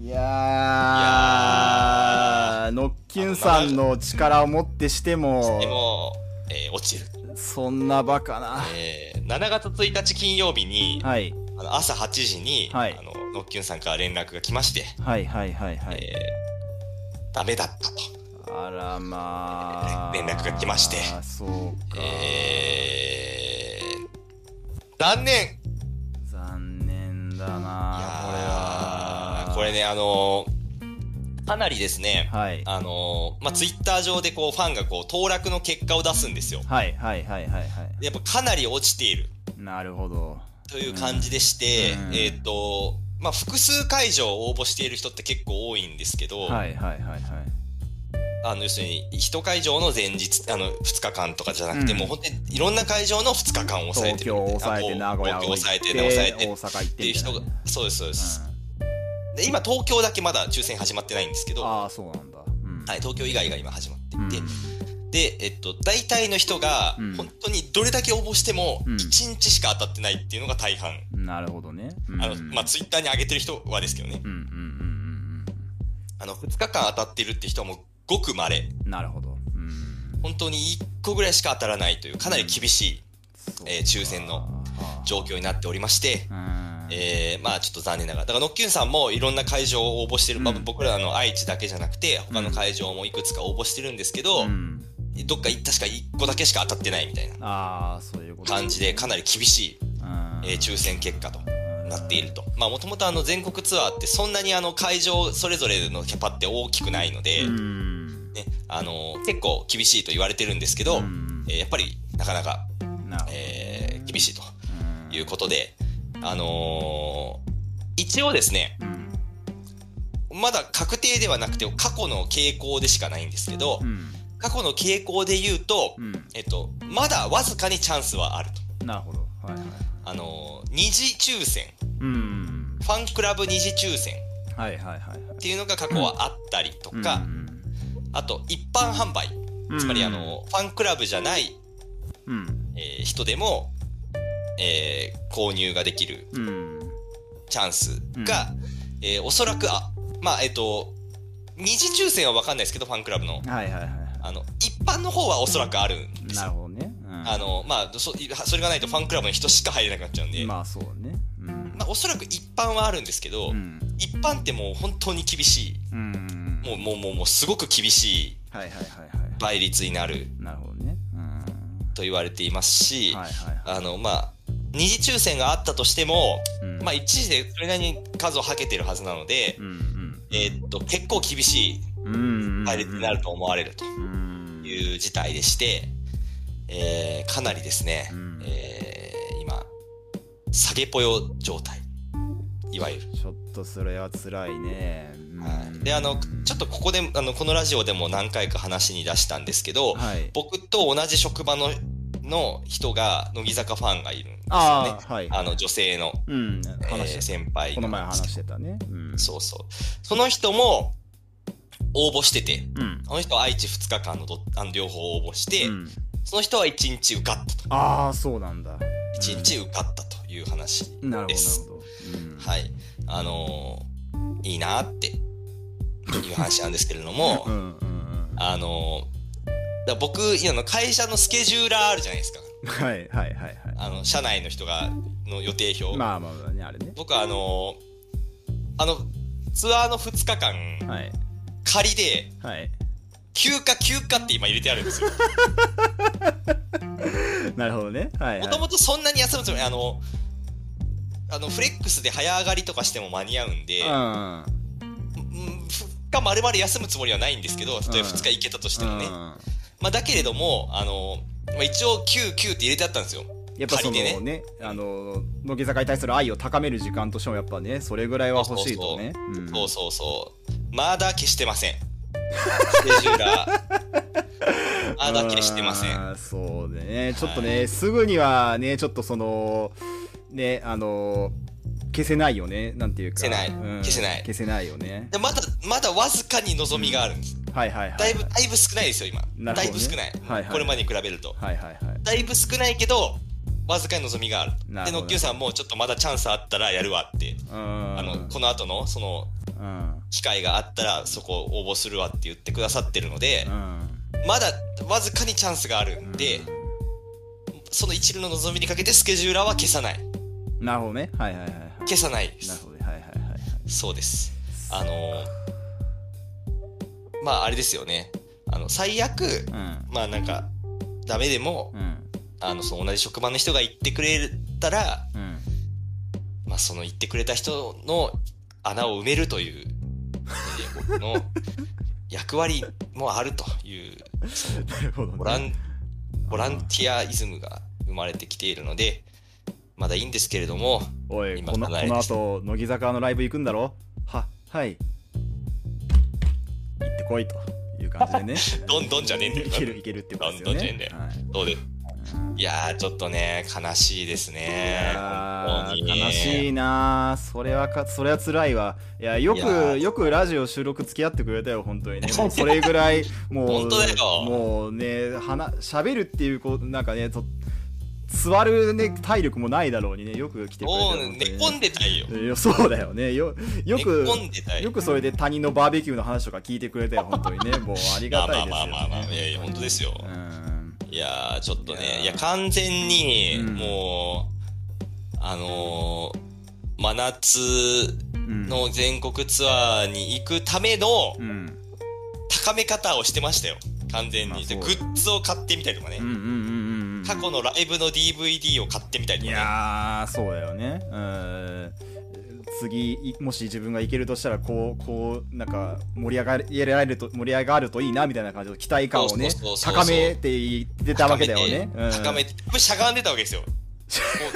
Speaker 1: いやー、ノッキンさんの力をもってして
Speaker 2: で
Speaker 1: も、
Speaker 2: も、えー落ちる、
Speaker 1: そんなバカな。
Speaker 2: えー7月1日金曜日に、
Speaker 1: はい、
Speaker 2: あの朝8時に、
Speaker 1: はい
Speaker 2: あのノッキュンさんから連絡が来まして、
Speaker 1: はい、はい、はい、はい。
Speaker 2: えーダメだったと。
Speaker 1: あらまあ。
Speaker 2: 連絡が来まして
Speaker 1: そうか。
Speaker 2: えー、残念い
Speaker 1: 残念だなこれ
Speaker 2: や
Speaker 1: は
Speaker 2: ー。これね、あのーかなりですね、
Speaker 1: はい。
Speaker 2: あのーまあ、ツイッター上でこうファンがこう当落の結果を出すんですよ。
Speaker 1: はい、はい、はい、はい、は
Speaker 2: やっぱかなり落ちている
Speaker 1: い。なるほど。
Speaker 2: という感じでして、
Speaker 1: うんうん
Speaker 2: えっ、と、まあ、複数会場を応募している人って結構多いんですけど、
Speaker 1: はい、はい、はい、はい。
Speaker 2: あの要するに1会場の前日あの2日間とかじゃなくて、
Speaker 1: うん
Speaker 2: もう本当にいろんな会場の2日間を抑え
Speaker 1: 東
Speaker 2: てる
Speaker 1: 京を抑えて、名
Speaker 2: あこう
Speaker 1: 古屋を
Speaker 2: 東
Speaker 1: 抑
Speaker 2: 京
Speaker 1: え
Speaker 2: を
Speaker 1: て、
Speaker 2: 抑えて
Speaker 1: 大
Speaker 2: 名古屋抑
Speaker 1: 阪
Speaker 2: えて
Speaker 1: 行っ
Speaker 2: ってい
Speaker 1: てみたい
Speaker 2: う人
Speaker 1: な
Speaker 2: が
Speaker 1: ね。
Speaker 2: そうですそうです、
Speaker 1: うん
Speaker 2: で今東京だけまだ抽選始まってないんですけど、は
Speaker 1: ああ、そうなんだ。うん。
Speaker 2: い、東京以外が今始ま
Speaker 1: う
Speaker 2: っ
Speaker 1: ん
Speaker 2: ていて、で、えっと、大体の人が
Speaker 1: うん
Speaker 2: 本当にどれだけ応募しても
Speaker 1: うん
Speaker 2: 1日しか当たってないっていうのが大半、
Speaker 1: なるほどね。うん
Speaker 2: あのまあ、ツイッターに上げてる人はですけどね
Speaker 1: うんうんうん
Speaker 2: あの2日間当たってるって人はもうごくまれ
Speaker 1: うんうん。なるほど。うん。
Speaker 2: 本当に1個ぐらいしか当たらないというかなり厳しい
Speaker 1: そうか
Speaker 2: えー抽選の状況になっておりまして、
Speaker 1: はあうん。
Speaker 2: えーまあちょっと残念ながら、だからノッキュンさんもいろんな会場を応募してる、まあ
Speaker 1: うん
Speaker 2: 僕らの愛知だけじゃなくて、他の会場もいくつか応募してるんですけ
Speaker 1: う
Speaker 2: ど、
Speaker 1: ん
Speaker 2: どっか確か1個だけしか当たってないみたいな
Speaker 1: ああ、そういうこと。
Speaker 2: 感じで、かなり厳しい、
Speaker 1: うん
Speaker 2: えー抽選結果となっている
Speaker 1: と。
Speaker 2: と。まあもともとあの全国ツアーってそんなにあの会場それぞれのキャパって大きくないので、
Speaker 1: うん。
Speaker 2: ね、あのー結構厳しいと言われてるんですけど、
Speaker 1: うん
Speaker 2: えーやっぱりなかなか、
Speaker 1: なるほど
Speaker 2: えー厳しいと
Speaker 1: うん
Speaker 2: いうことで、あのー一応ですね、
Speaker 1: うん
Speaker 2: まだ確定ではなくて過去の傾向でしかないんですけど、
Speaker 1: うん
Speaker 2: 過去の傾向で言うと、
Speaker 1: うん
Speaker 2: えっと、まだわずかにチャンスはあると。
Speaker 1: なるほど。はいはい。
Speaker 2: あのー二次抽選
Speaker 1: うん。
Speaker 2: ファンクラブ二次抽選
Speaker 1: はいはいはいはい。
Speaker 2: っていうのが過去はあったりとか、あと一般販売、
Speaker 1: うん
Speaker 2: つまりあ、のーファンクラブじゃない、
Speaker 1: うん。
Speaker 2: えー人でも、えー購入ができる
Speaker 1: うん。
Speaker 2: チャンスが、えーおそらくあまあえっ、と二次抽選は分かんないですけどファンクラブの
Speaker 1: はいはいはい。
Speaker 2: あの一般の方はおそらくあるんです
Speaker 1: な
Speaker 2: よ
Speaker 1: る。ほどね。うん
Speaker 2: あ、のまあそそれがないとファンクラブの人しか入れなくなっちゃうんで、ま
Speaker 1: まあそうね。うん
Speaker 2: あ、おそらく一般はあるんですけ
Speaker 1: う
Speaker 2: ど、
Speaker 1: ん。
Speaker 2: 一般ってもう本当に厳しい
Speaker 1: うん。
Speaker 2: もうもうもうもうすごく厳しい
Speaker 1: はいはいはいはい。
Speaker 2: 倍率になる
Speaker 1: なるほどね。うん。は
Speaker 2: と言われています
Speaker 1: い
Speaker 2: し、
Speaker 1: はいは
Speaker 2: あのまあ二次抽選があったとしても、
Speaker 1: い。うん
Speaker 2: まあ、一時でそれなりに数をはけてるはずなので、
Speaker 1: うん
Speaker 2: えーっと結構厳しい
Speaker 1: うん。うん。
Speaker 2: 倍率になると思われると
Speaker 1: うん。
Speaker 2: いう事態でして、えーかなりですね、
Speaker 1: うん
Speaker 2: えー今下げぽよ状態いわゆる、
Speaker 1: ちょっとそれは辛いね。
Speaker 2: はいであのちょっとここであのこのラジオでも何回か話に出したんですけど、
Speaker 1: はい。
Speaker 2: 僕と同じ職場のの人が乃木坂ファンがいるんですよね
Speaker 1: ああ、はい。
Speaker 2: あの女性の、
Speaker 1: うん。
Speaker 2: えー
Speaker 1: 話して
Speaker 2: 先輩
Speaker 1: この前
Speaker 2: なんです
Speaker 1: 話
Speaker 2: け
Speaker 1: してたね。うん。
Speaker 2: どそうそうその人も応募してて
Speaker 1: う。うん。
Speaker 2: あの人は愛知2日間のどあの両方応募して、
Speaker 1: うん
Speaker 2: その人は1日受かったと
Speaker 1: ああ、そうなんだ。
Speaker 2: 1日受かったという話
Speaker 1: うん。なるほど、な
Speaker 2: で
Speaker 1: る
Speaker 2: す
Speaker 1: ほど。うん
Speaker 2: はいあのーいいなーっていう話なんですけれども、
Speaker 1: うんうん
Speaker 2: あのーだから僕今の会社のスケジューラーあるじゃないですか
Speaker 1: うん。はいはいはいは
Speaker 2: あの社内の人がの予定
Speaker 1: い。
Speaker 2: 表、
Speaker 1: まあまあまあね、あれね。
Speaker 2: 僕はあのーあのツアーの2日間
Speaker 1: はい。
Speaker 2: 仮で
Speaker 1: はい。
Speaker 2: 休暇休暇って今入れてあるんですよ
Speaker 1: なるほどね。はい、は
Speaker 2: も
Speaker 1: い。
Speaker 2: ともとそんなに休むつもりあのあのフレックスで早上がりとかしても間に合うんで、
Speaker 1: うん。
Speaker 2: うん2日丸々休むつもりはないんですけど例えば
Speaker 1: うん
Speaker 2: 2日行けたとしてもね、
Speaker 1: うん
Speaker 2: まあ、だけれどもあの、まあ、一応9、9って入れてあったんですよ
Speaker 1: やっぱその
Speaker 2: 仮で
Speaker 1: ねあの乃木坂に対する愛を高める時間としてもやっぱねそれぐらいは欲しいとねうん
Speaker 2: そうそ
Speaker 1: *laughs*
Speaker 2: うそうまだ消してませんスケジューラーあハードはっきりしてません。
Speaker 1: あーそうでね、ちょっとね、すぐにはね、ちょっとその、ね、あの、消せないよね、なんていうか。
Speaker 2: 消せない
Speaker 1: うん
Speaker 2: 消せない
Speaker 1: 消せないよね。
Speaker 2: でまだまだわずかに望みがあるんです。
Speaker 1: はいはいはい。
Speaker 2: だいぶだいぶ少ないですよ今。
Speaker 1: なるほ
Speaker 2: だ
Speaker 1: どね
Speaker 2: いぶ少ない。
Speaker 1: はいはい
Speaker 2: これまでに比べると。
Speaker 1: はいはいはい。
Speaker 2: だいぶ少ないけどわずかに望みがある。
Speaker 1: なる
Speaker 2: で
Speaker 1: ほど
Speaker 2: のっきゅうさんもちょっとまだチャンスあったらやるわって。
Speaker 1: うん。
Speaker 2: あのこの後のその
Speaker 1: うん。
Speaker 2: 機会があったらそこ応募するわって言ってくださってるので
Speaker 1: う、ん。
Speaker 2: まだわずかにチャンスがあるんで、その一縷の望みにかけてスケジューラーは消さない
Speaker 1: うん、なるほどね。はいはいはいはい。
Speaker 2: 消さないで
Speaker 1: なる
Speaker 2: す
Speaker 1: ほどね。はいはいはいはい。
Speaker 2: そうですあのーまああれですよねあの最悪
Speaker 1: うん。
Speaker 2: まあなんかダメでも
Speaker 1: うん。
Speaker 2: あのその同じ職場の人が言ってくれたら
Speaker 1: うん。
Speaker 2: まあその言ってくれた人の穴を埋める
Speaker 1: *laughs*
Speaker 2: というえー僕の役割もあるという
Speaker 1: なるほどね。
Speaker 2: ボランボランティアイズムが生まれてきているのでまだいいんですけれども
Speaker 1: おい、
Speaker 2: 今
Speaker 1: このこ
Speaker 2: 考え
Speaker 1: の
Speaker 2: ました。
Speaker 1: 後、乃木坂のライブ行くんだろは、はい。行ってこいという感じでね
Speaker 2: どんどん *laughs* じゃねえんだよ
Speaker 1: いける、いけるってことですよね。
Speaker 2: どんどんじゃねえんだよ
Speaker 1: はい
Speaker 2: どうでいやーちょっとね悲しいですね
Speaker 1: いや
Speaker 2: 本当
Speaker 1: ー
Speaker 2: にね
Speaker 1: 悲しいなーそれはかそれは辛いわいやよく
Speaker 2: いやー
Speaker 1: よくラジオ収録付き合ってくれたよ本当にねもうそれぐらいもう
Speaker 2: 本当だよ
Speaker 1: もうね話喋るっていうこうなんかねと座るね体力もないだろうにねよく来てくれたよ
Speaker 2: もう
Speaker 1: 本当に
Speaker 2: 寝込んでたいよ
Speaker 1: いやそうだよねよよく
Speaker 2: 寝込んでたい
Speaker 1: よくそれで他人のバーベキューの話とか聞いてくれたよ本当にねもうあり
Speaker 2: ま
Speaker 1: が
Speaker 2: あ
Speaker 1: た
Speaker 2: ま
Speaker 1: い
Speaker 2: あ
Speaker 1: です
Speaker 2: ま
Speaker 1: よ、
Speaker 2: あ
Speaker 1: ね、
Speaker 2: まあまあいやいや本当ですよ
Speaker 1: うん
Speaker 2: いやーちょっとね
Speaker 1: い
Speaker 2: い
Speaker 1: や
Speaker 2: や
Speaker 1: ー
Speaker 2: 完全に
Speaker 1: うん
Speaker 2: もうあのー真夏
Speaker 1: うん
Speaker 2: の全国ツアーに行くための
Speaker 1: うん
Speaker 2: 高め方をしてましたよ完全
Speaker 1: まあ
Speaker 2: にで
Speaker 1: そう
Speaker 2: グ
Speaker 1: だ
Speaker 2: ッズを買ってみたりとかね
Speaker 1: うんうんうんうん
Speaker 2: 過去のライブの DVD を買ってみたりと
Speaker 1: い
Speaker 2: かね
Speaker 1: やーそうだよねうん次いもし自分が行けるとしたらこうこうなんか盛り上がれられると盛り上がるといいなみたいな感じの期待感をね
Speaker 2: そうそうそうそう
Speaker 1: 高めていってたわけだよねうん
Speaker 2: 高めて、多分しゃがんでたわけです
Speaker 1: *laughs*
Speaker 2: よ。も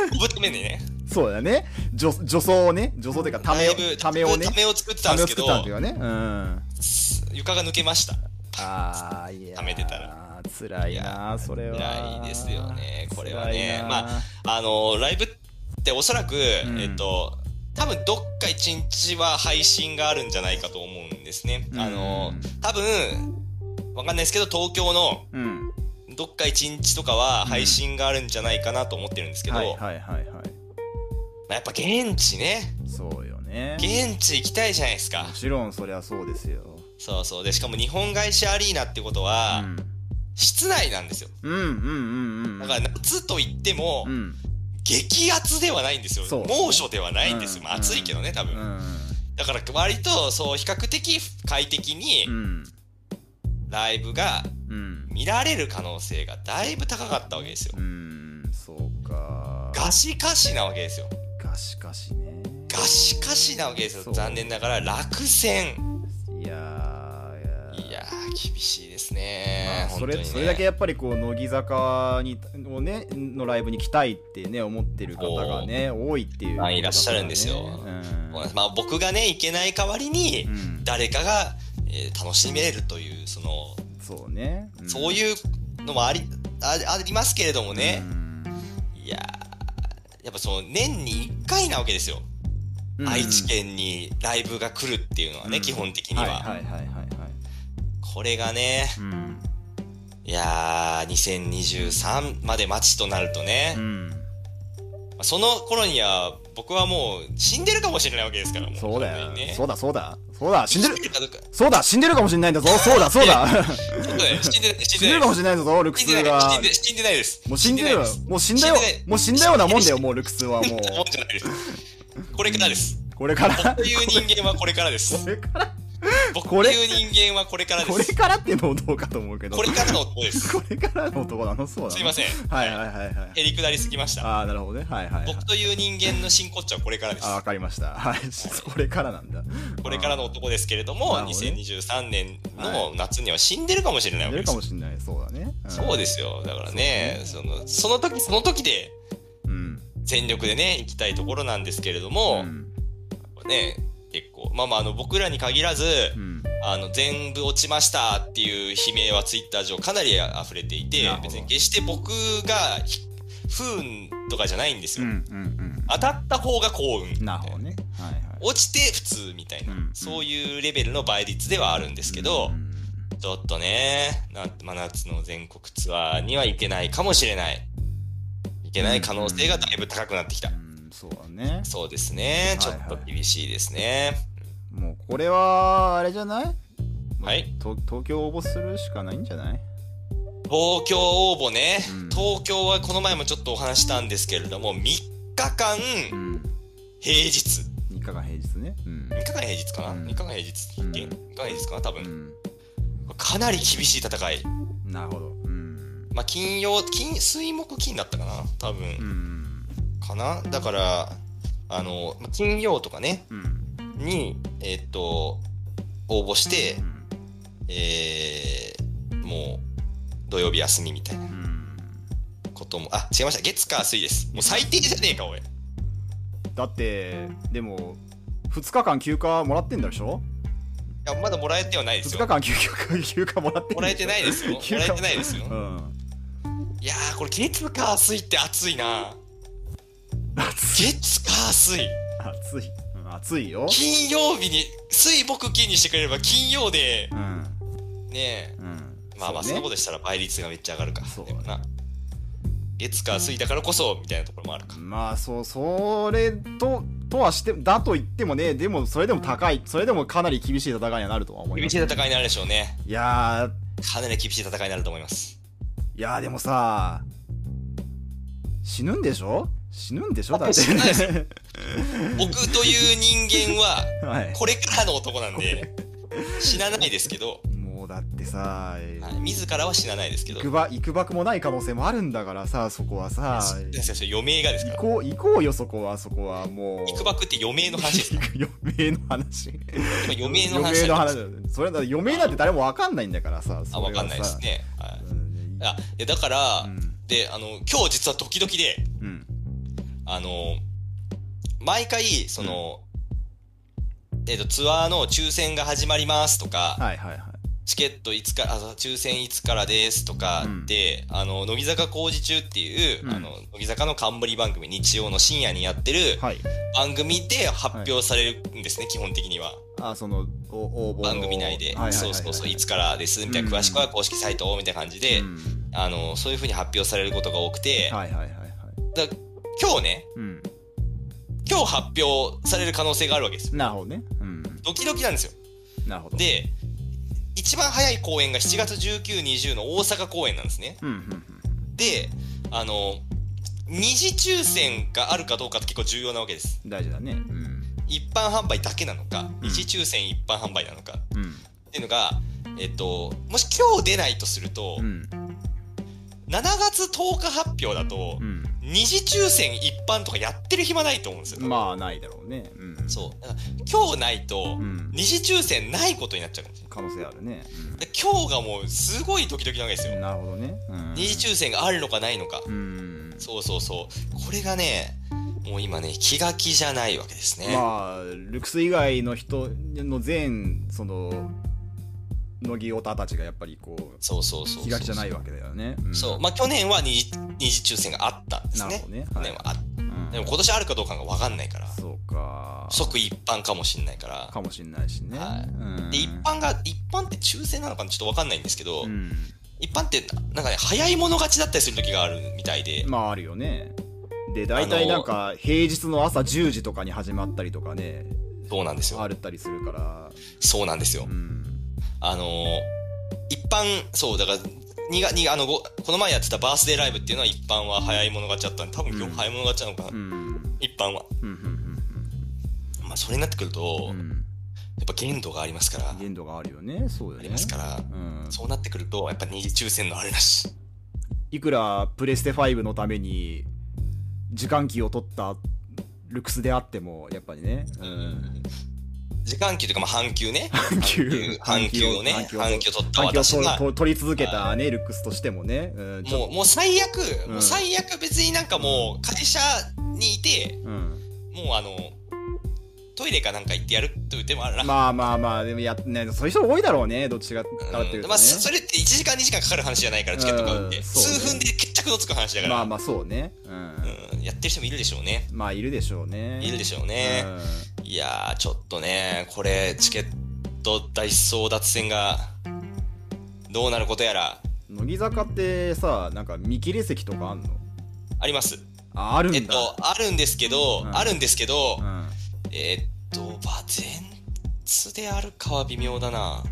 Speaker 2: う、飛ぶためにね。
Speaker 1: そうだよね助助走をね助走というかためを
Speaker 2: だいぶ
Speaker 1: ためをね
Speaker 2: ためを作ってた
Speaker 1: た
Speaker 2: ん
Speaker 1: め
Speaker 2: で
Speaker 1: を
Speaker 2: すけ
Speaker 1: 作
Speaker 2: ど
Speaker 1: っ、たんだよねうん
Speaker 2: 床が抜けました。
Speaker 1: あーいやー
Speaker 2: 貯めてたら
Speaker 1: 辛い
Speaker 2: い
Speaker 1: な
Speaker 2: や
Speaker 1: ーそれは
Speaker 2: 辛いですよねこれはね
Speaker 1: 辛いなー
Speaker 2: まあの、ライブっておそらく、
Speaker 1: うん
Speaker 2: えっと、多分どっか一日は配信があるんじゃないかと思うんですね。あの
Speaker 1: うん、
Speaker 2: 多分、わかんないですけど、東京の
Speaker 1: うん
Speaker 2: どっか一日とかは配信があるんじゃないかなと思ってるんですけど、
Speaker 1: はい
Speaker 2: ま
Speaker 1: はいはいはい
Speaker 2: あやっぱ現地ね、
Speaker 1: そうよね
Speaker 2: 現地行きたいじゃないですか
Speaker 1: も。ちろんそりゃそうですよ
Speaker 2: そうそう。で、しかも日本外資アリーナってこと
Speaker 1: う
Speaker 2: は、
Speaker 1: ん
Speaker 2: 室内なんですよ。
Speaker 1: うんうんうんうん
Speaker 2: だから夏と言っても、
Speaker 1: うん
Speaker 2: 激熱ではないんですよ。
Speaker 1: そう
Speaker 2: 猛暑ではないんですよ。まあ
Speaker 1: うん
Speaker 2: 暑いけどね、多
Speaker 1: う
Speaker 2: 分。
Speaker 1: ん
Speaker 2: だから割と、そう、比較的快適に
Speaker 1: うん
Speaker 2: ライブが
Speaker 1: うん
Speaker 2: 見られる可能性がだいぶ高かったわけですよ
Speaker 1: う。んそうか
Speaker 2: ガシガシなわけですよ。
Speaker 1: ガシガシね
Speaker 2: ガシガシなわけです
Speaker 1: そ
Speaker 2: よ。
Speaker 1: う
Speaker 2: 残念ながら落選。
Speaker 1: いやー
Speaker 2: いやー、厳しいです
Speaker 1: ま
Speaker 2: ね
Speaker 1: あ。そ
Speaker 2: 本当に
Speaker 1: れ
Speaker 2: ね
Speaker 1: それだけやっぱりこう乃木坂にをねのライブに来たいってね思ってる方がね多いっていう
Speaker 2: まあいらっしゃるんですよ
Speaker 1: うん
Speaker 2: まあ僕がね、行けない代わりに
Speaker 1: う、ん
Speaker 2: 誰かが、えー楽しめるという、その、
Speaker 1: そうね
Speaker 2: そう
Speaker 1: う
Speaker 2: いうのもありあありますけれども
Speaker 1: ん
Speaker 2: ね、いやーやっぱその年に1回なわけですよ、
Speaker 1: うん
Speaker 2: 愛知県にライブが来るっていうのはね、
Speaker 1: うん
Speaker 2: 基本的には、
Speaker 1: はいはいはいはいはい
Speaker 2: これがね
Speaker 1: うん
Speaker 2: いやー2023まで待ちとなるとね
Speaker 1: う、ん
Speaker 2: まあその頃には僕はもう死んでるかもしれないわけですからも
Speaker 1: そうだよ
Speaker 2: 本当にね
Speaker 1: そうだそうだそうだ死んでる
Speaker 2: 生きてかどうか
Speaker 1: そうだ死んでるかもしれない
Speaker 2: *laughs*
Speaker 1: んだぞそうだそうだ
Speaker 2: そ
Speaker 1: *laughs*
Speaker 2: うだよ死んでない死
Speaker 1: 死
Speaker 2: ん
Speaker 1: ん
Speaker 2: で
Speaker 1: で
Speaker 2: な
Speaker 1: る
Speaker 2: い
Speaker 1: かもしれないんだぞルク
Speaker 2: 死
Speaker 1: ス
Speaker 2: んでない
Speaker 1: が
Speaker 2: 死んで死んでないです
Speaker 1: もう死んでるよもう死んだよ
Speaker 2: 死んでない
Speaker 1: もう死んだようなもんだよもうルクスはも
Speaker 2: *laughs*
Speaker 1: う
Speaker 2: もうじゃないですこれからです
Speaker 1: これから
Speaker 2: 僕という人間はこれからです
Speaker 1: *laughs* これから
Speaker 2: 僕
Speaker 1: ことれ
Speaker 2: いう人間はこれからで
Speaker 1: これ
Speaker 2: す。
Speaker 1: からってのもどうかと思うけど
Speaker 2: これからの男です。
Speaker 1: これからの男なのそうなの
Speaker 2: すいません。
Speaker 1: はいはいはいはい
Speaker 2: へりくだりすぎました。
Speaker 1: ああなるほどねはいはいはい
Speaker 2: 僕という人間の真骨頂はこれからです
Speaker 1: あ。ーわかりましたはいこれからなんだ
Speaker 2: これからの男ですけれど
Speaker 1: な
Speaker 2: も、
Speaker 1: るほどね
Speaker 2: 2023年の夏には死んでるかもしれない
Speaker 1: 死ん
Speaker 2: わ
Speaker 1: でる
Speaker 2: けで
Speaker 1: か
Speaker 2: す。
Speaker 1: もしれないそうだねん
Speaker 2: そうですよ。だからね、
Speaker 1: そ
Speaker 2: そのその時その時で
Speaker 1: うん
Speaker 2: 全力でね、行きたいところなんですけれど
Speaker 1: う
Speaker 2: も、
Speaker 1: ん
Speaker 2: ね、結構、まあまああの、僕らに限らず、
Speaker 1: うん
Speaker 2: あの全部落ちましたっていう悲鳴はツイッター上かなり溢れていて
Speaker 1: なるほど
Speaker 2: 別に決して僕がひ不運とかじゃないんです
Speaker 1: う
Speaker 2: よ、
Speaker 1: んうん
Speaker 2: 当たった方が幸運
Speaker 1: う
Speaker 2: みたい
Speaker 1: ん。な
Speaker 2: な
Speaker 1: るほどね。はいはい。
Speaker 2: 落ちて普通みたいな、
Speaker 1: うん
Speaker 2: そういうレベルの倍率ではあるんですけど、
Speaker 1: うん
Speaker 2: ちょっとねな真夏の全国ツアーには行けないかもしれない行けない可能性がだいぶ高くなってきた、
Speaker 1: うん、そうだね。
Speaker 2: そうですねちょっと厳しいですね、
Speaker 1: もうこれはあれじゃない
Speaker 2: はい。
Speaker 1: と東京応募するしかないんじゃない
Speaker 2: 東京応募ね、
Speaker 1: うん
Speaker 2: 東京はこの前もちょっとお話したんですけれども3日間
Speaker 1: うん。
Speaker 2: 平日
Speaker 1: 3日間平日ね。うん。
Speaker 2: 3日間平日かな、
Speaker 1: うん
Speaker 2: 3日間平日だっけ
Speaker 1: うん
Speaker 2: 3日間平日かな多分、
Speaker 1: う
Speaker 2: かなり厳しい戦い
Speaker 1: ん。なるほど。うん。
Speaker 2: まあ金曜金水木金だったかな多
Speaker 1: う
Speaker 2: 分、
Speaker 1: ん。
Speaker 2: かなだからあのまあ金曜とかね
Speaker 1: うん。
Speaker 2: にえっと応募して
Speaker 1: う、ん
Speaker 2: えーもう土曜日休みみたいな
Speaker 1: うん
Speaker 2: こともあ違いました月火水ですもう最低じゃねえかおい
Speaker 1: だって、でも、2日間休暇もらってんだでしょ
Speaker 2: いやまだもらえてはないです
Speaker 1: 2
Speaker 2: よ
Speaker 1: 日。間休暇休暇もらってんでしょ
Speaker 2: もらえてな
Speaker 1: *laughs*
Speaker 2: いですよ。も
Speaker 1: 休
Speaker 2: らえ
Speaker 1: 暇
Speaker 2: てないですよ。
Speaker 1: うん。
Speaker 2: いやー、これ月火水って暑いな。
Speaker 1: 暑い。
Speaker 2: 月火水。
Speaker 1: 暑い。うん暑いよ。
Speaker 2: 金曜日に、水木金にしてくれれば金曜で
Speaker 1: う、ん。
Speaker 2: ね
Speaker 1: うん。
Speaker 2: え、まあまあ、そ
Speaker 1: うんね
Speaker 2: なことしたら倍率がめっちゃ上がるか。
Speaker 1: そう
Speaker 2: でもな。月火水だからこそ、みたいなところもあるか。
Speaker 1: まあそうそれととはしてだと言ってもねでもそれでも高いそれでもかなり厳しい戦いにはなるとは思い
Speaker 2: 厳
Speaker 1: ま
Speaker 2: しい
Speaker 1: す
Speaker 2: 戦いになるでしょうね。
Speaker 1: いや
Speaker 2: かなり厳しい戦いになると思います。
Speaker 1: ーいやーでもさ死ぬんでしょ死ぬんでしょだって
Speaker 2: 死なないです僕という人間は、
Speaker 1: *laughs* はい
Speaker 2: これからの男なんで、死なないですけど、
Speaker 1: もうだってさ、えー
Speaker 2: はい自らは死なないですけど
Speaker 1: 行く、ば行くばくもない可能性もあるんだからさそこはさ
Speaker 2: そうですよそれ余命がですか
Speaker 1: 行
Speaker 2: ら。
Speaker 1: こう行こうよそこはそこはもう。
Speaker 2: いくばくって余命の話です
Speaker 1: *laughs* 余命の話
Speaker 2: 今余命の
Speaker 1: 余命
Speaker 2: 話
Speaker 1: の
Speaker 2: なんです
Speaker 1: 話それだ余命なんて誰もわかんないんだからさ
Speaker 2: あ、
Speaker 1: それはさ
Speaker 2: わかんないですね。はい。
Speaker 1: うん
Speaker 2: あ、いやだから、
Speaker 1: うん
Speaker 2: で、あの、今日実は時々で、
Speaker 1: うん
Speaker 2: あの、毎回、その、えっと、ツアーの抽選が始まりますとか、
Speaker 1: はいはいはい
Speaker 2: チケットいつから、あ抽選いつからですとか
Speaker 1: うん
Speaker 2: で、あの、乃木坂工事中っていう、
Speaker 1: うん
Speaker 2: あの、乃木坂の冠番組、日曜の深夜にやってる
Speaker 1: はい
Speaker 2: 番組で発表されるんですね、基本的には。
Speaker 1: あそのお応募の
Speaker 2: 番組内で、そうそうそう、いつからです、みたいな、
Speaker 1: うん
Speaker 2: 詳しくは公式サイト、みたいな感じで、
Speaker 1: うん
Speaker 2: あの、そういう風に発表されることが多くて、
Speaker 1: はいはいはいはい
Speaker 2: だ今日ね、
Speaker 1: うん
Speaker 2: 今日発表される可能性があるわけですよ。
Speaker 1: なるほどねうん
Speaker 2: ドキドキなんですよ。
Speaker 1: なるほど
Speaker 2: で、一番早い公演が7月19、20の大阪公演なんですね。
Speaker 1: うんうんうん
Speaker 2: で、あの、二次抽選があるかどうかって結構重要なわけです。
Speaker 1: 大事だねうん
Speaker 2: 一般販売だけなのか、
Speaker 1: うん
Speaker 2: 二次抽選一般販売なのか
Speaker 1: うん
Speaker 2: っていうのが、えっと、もし今日出ないとすると、
Speaker 1: うん
Speaker 2: 7月10日発表だと、
Speaker 1: うん
Speaker 2: 二次抽選一般とかやってる暇ないと思うんですよ。
Speaker 1: まあないだろうねうん
Speaker 2: そう。だから今日ないと、
Speaker 1: うん
Speaker 2: 二次抽選ないことになっちゃうかもしれな
Speaker 1: 可能性あ
Speaker 2: い。
Speaker 1: るね
Speaker 2: で今日がもうすごいドキドキなわけです
Speaker 1: うん
Speaker 2: よ。
Speaker 1: なるほどねうん
Speaker 2: 二次抽選があるのかないのか。
Speaker 1: うん
Speaker 2: そうそうそう。これがね、もう今ね、気が気じゃないわけですね。
Speaker 1: まあルクス以外の人の全その乃木オタたちがやっぱりこう
Speaker 2: そうそうそうそう。
Speaker 1: 気が気じゃないわけだよねん
Speaker 2: そう。まあ去年は二次二次抽選があったんです
Speaker 1: なる
Speaker 2: ね
Speaker 1: ほ。どねはい
Speaker 2: 去年はあっ
Speaker 1: うん
Speaker 2: でも今年あるかどうかがわかんないから、
Speaker 1: そうか
Speaker 2: 即一般かもしんないから。
Speaker 1: かもしれないしね。
Speaker 2: はい
Speaker 1: うん
Speaker 2: で、一般が、一般って抽選なのかなちょっとわかんないんですけど、
Speaker 1: うん、
Speaker 2: 一般ってなんかね、早い者勝ちだったりする時があるみたいで、
Speaker 1: まああるよね。で大体なんか平日の朝10時とかに始まったりとかね
Speaker 2: そうなんですよ
Speaker 1: あ。るったりするから、
Speaker 2: そうなんですよ
Speaker 1: う。ん、
Speaker 2: あのー一般、そう、だから、にがにあのごこの前やってたバースデーライブっていうのは一般は早い者勝ちだったんで、多分今
Speaker 1: うん
Speaker 2: 日早い者勝ちなのかな、
Speaker 1: うんうん
Speaker 2: 一般は。
Speaker 1: うん
Speaker 2: まあ、それになってくると、
Speaker 1: うんう
Speaker 2: やっ
Speaker 1: ん
Speaker 2: ぱ限度がありますから、あ
Speaker 1: 限度があるよねそうよ
Speaker 2: り
Speaker 1: ね
Speaker 2: ま。すから、
Speaker 1: うん、
Speaker 2: そうなってくると、やっぱ二次抽選のあれなし。
Speaker 1: いくらプレステ5のために時間機を取ったルクスであってもやっぱりね、 *laughs* うん、
Speaker 2: 時間給というか、まあ、半休ね。
Speaker 1: 半休
Speaker 2: 半休をね、
Speaker 1: 半
Speaker 2: 半
Speaker 1: 休
Speaker 2: 休
Speaker 1: を
Speaker 2: を取った
Speaker 1: 環境
Speaker 2: 私
Speaker 1: を
Speaker 2: が、
Speaker 1: と取り続けた、ね、ルックスとしてもね、うん、ちょ
Speaker 2: もう、もう最悪、
Speaker 1: うん
Speaker 2: もう最悪別になんかもう、会社にいて、
Speaker 1: うん、
Speaker 2: もうあの、トイレかなんか行ってやるという手もあるな。
Speaker 1: まあまあまあ、でもや、ね、そういう人多いだろうね、どっちがからっていうと、ね
Speaker 2: うんまあ、そそれって1時間2時間かかる話じゃないからチケット買うって、
Speaker 1: うんそうね
Speaker 2: 数分で決着のつく話だから、
Speaker 1: まあまあそうね。うん。
Speaker 2: うん、やってる人もいるでしょうね
Speaker 1: まあいるでしょうね。
Speaker 2: いるでし
Speaker 1: ょ
Speaker 2: ょうね、いやーちょっとねこれチケット大争奪戦がどうなることやら
Speaker 1: うん。乃木坂ってさ、なんか見切れ席とかあんの
Speaker 2: あります
Speaker 1: ああるんだ。
Speaker 2: えっとあるんですけど、
Speaker 1: うん
Speaker 2: あるんですけど、
Speaker 1: うん。
Speaker 2: えっとまあ前日であるかは微妙だな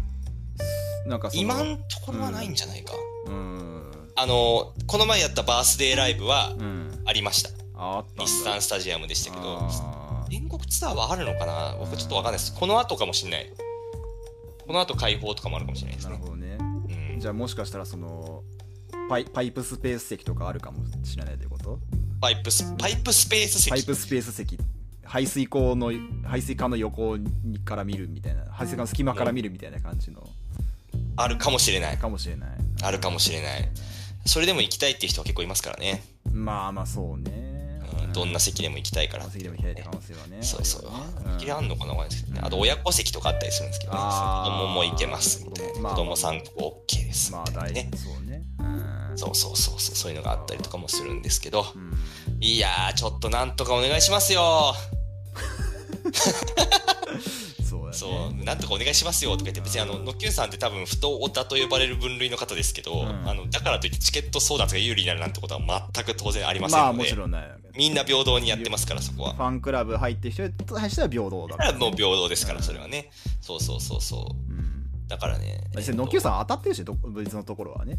Speaker 1: なんかその
Speaker 2: 今んところはないんじゃないか、
Speaker 1: うん。
Speaker 2: あのこの前やったバースデーライブは
Speaker 1: うん。
Speaker 2: ありました
Speaker 1: ああったんだ。
Speaker 2: 日産スタジアムでしたけど
Speaker 1: あー
Speaker 2: 全国ツアーはあるのかな僕ちょっとわかんないですこの後かもしれないこの後開放とかもあるかもしれないです
Speaker 1: なる
Speaker 2: ね
Speaker 1: ほどね。
Speaker 2: うん
Speaker 1: じゃあもしかしたらその、パイパイプスペース席とかあるかもしれないということ
Speaker 2: パイプスパイプスペース
Speaker 1: *laughs*
Speaker 2: 席
Speaker 1: パイプスペース席排水口の排水管の横にから見るみたいな排水管の隙間から見るみたいな感じの
Speaker 2: あるかもしれない
Speaker 1: かもしれない
Speaker 2: あるかもしれないそれでも行きたいっていう人は結構いますからね、
Speaker 1: まあまあそうね
Speaker 2: うん、どんな席でも行きたいから
Speaker 1: まあ席でも開いた可能性はね
Speaker 2: そうそう
Speaker 1: あるよね
Speaker 2: 見切りあんのかなわかんないですけどね
Speaker 1: うん
Speaker 2: あと親子席とかあったりするんですけどね子
Speaker 1: あー
Speaker 2: 供も行けますみたいな
Speaker 1: まあ
Speaker 2: 子供さん OK ですみ
Speaker 1: まあ
Speaker 2: たいな
Speaker 1: 大
Speaker 2: ね
Speaker 1: 事そうねうん
Speaker 2: そうそうそうそうそういうのがあったりとかもするんですけど
Speaker 1: うん
Speaker 2: いやーちょっとなんとかお願いしますよ
Speaker 1: そうだ
Speaker 2: そ
Speaker 1: ね
Speaker 2: う、なんとかお願いしますよとか言って、別にあの、のっきゅんさんって多分、不当オタと呼ばれる分類の方ですけど、
Speaker 1: うん
Speaker 2: あの、だからといってチケット争奪が有利になるなんてことは全く当然ありません
Speaker 1: まあ
Speaker 2: の
Speaker 1: も
Speaker 2: で、
Speaker 1: ちろんない
Speaker 2: みんな平等にやってますから、そこは
Speaker 1: フ。ァンクラブ入ってる人に対しては平等だか
Speaker 2: だからら
Speaker 1: ね
Speaker 2: もう平等ですから、それはね。そうそうそうそう。
Speaker 1: うん
Speaker 2: だからね。
Speaker 1: 実際のっきゅうさん当たってるしど別のところはね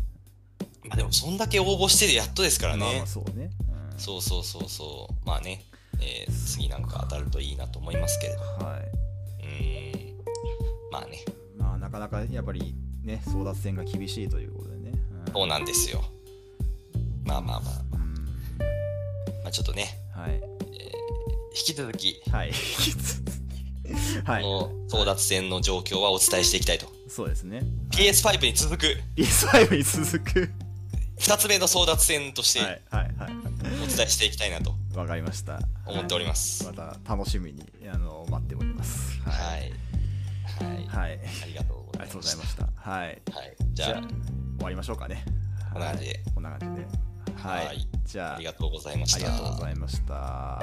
Speaker 2: まあでも、そんだけ応募してでやっとですから
Speaker 1: まあま
Speaker 2: ね
Speaker 1: あ。そうねうん
Speaker 2: そうそうそうそう。まあね、えー次なんか当たるといいなと思いますけれど。
Speaker 1: はいう
Speaker 2: ーん。まあね、
Speaker 1: まあなかなかやっぱりね争奪戦が厳しいということでね。
Speaker 2: そうなんですよ。まあまあまあ、
Speaker 1: うん
Speaker 2: まあちょっとね、
Speaker 1: はい
Speaker 2: 引き続き、
Speaker 1: はい。 *laughs* はい。
Speaker 2: この争奪戦の状況はお伝えしていきたいと。
Speaker 1: そうですね。
Speaker 2: PS5 に続く
Speaker 1: PS5 に続く。
Speaker 2: 2つ目の争奪戦として
Speaker 1: はいはいは
Speaker 2: お伝えしていきたいなと
Speaker 1: い。わかりました。
Speaker 2: 思っております。
Speaker 1: また楽しみにあの待っております。
Speaker 2: はいい。はい。
Speaker 1: はい。
Speaker 2: ありがとうご
Speaker 1: ありが
Speaker 2: ざい
Speaker 1: とう
Speaker 2: ま
Speaker 1: ござ
Speaker 2: す
Speaker 1: いま。した。はい。
Speaker 2: はい。じゃあ、
Speaker 1: 終わりましょうかね。
Speaker 2: こんな感じで。
Speaker 1: こんな感じで。は
Speaker 2: はいい。
Speaker 1: じゃあ
Speaker 2: ありがとうございまし
Speaker 1: あ
Speaker 2: た。
Speaker 1: りがとうございました。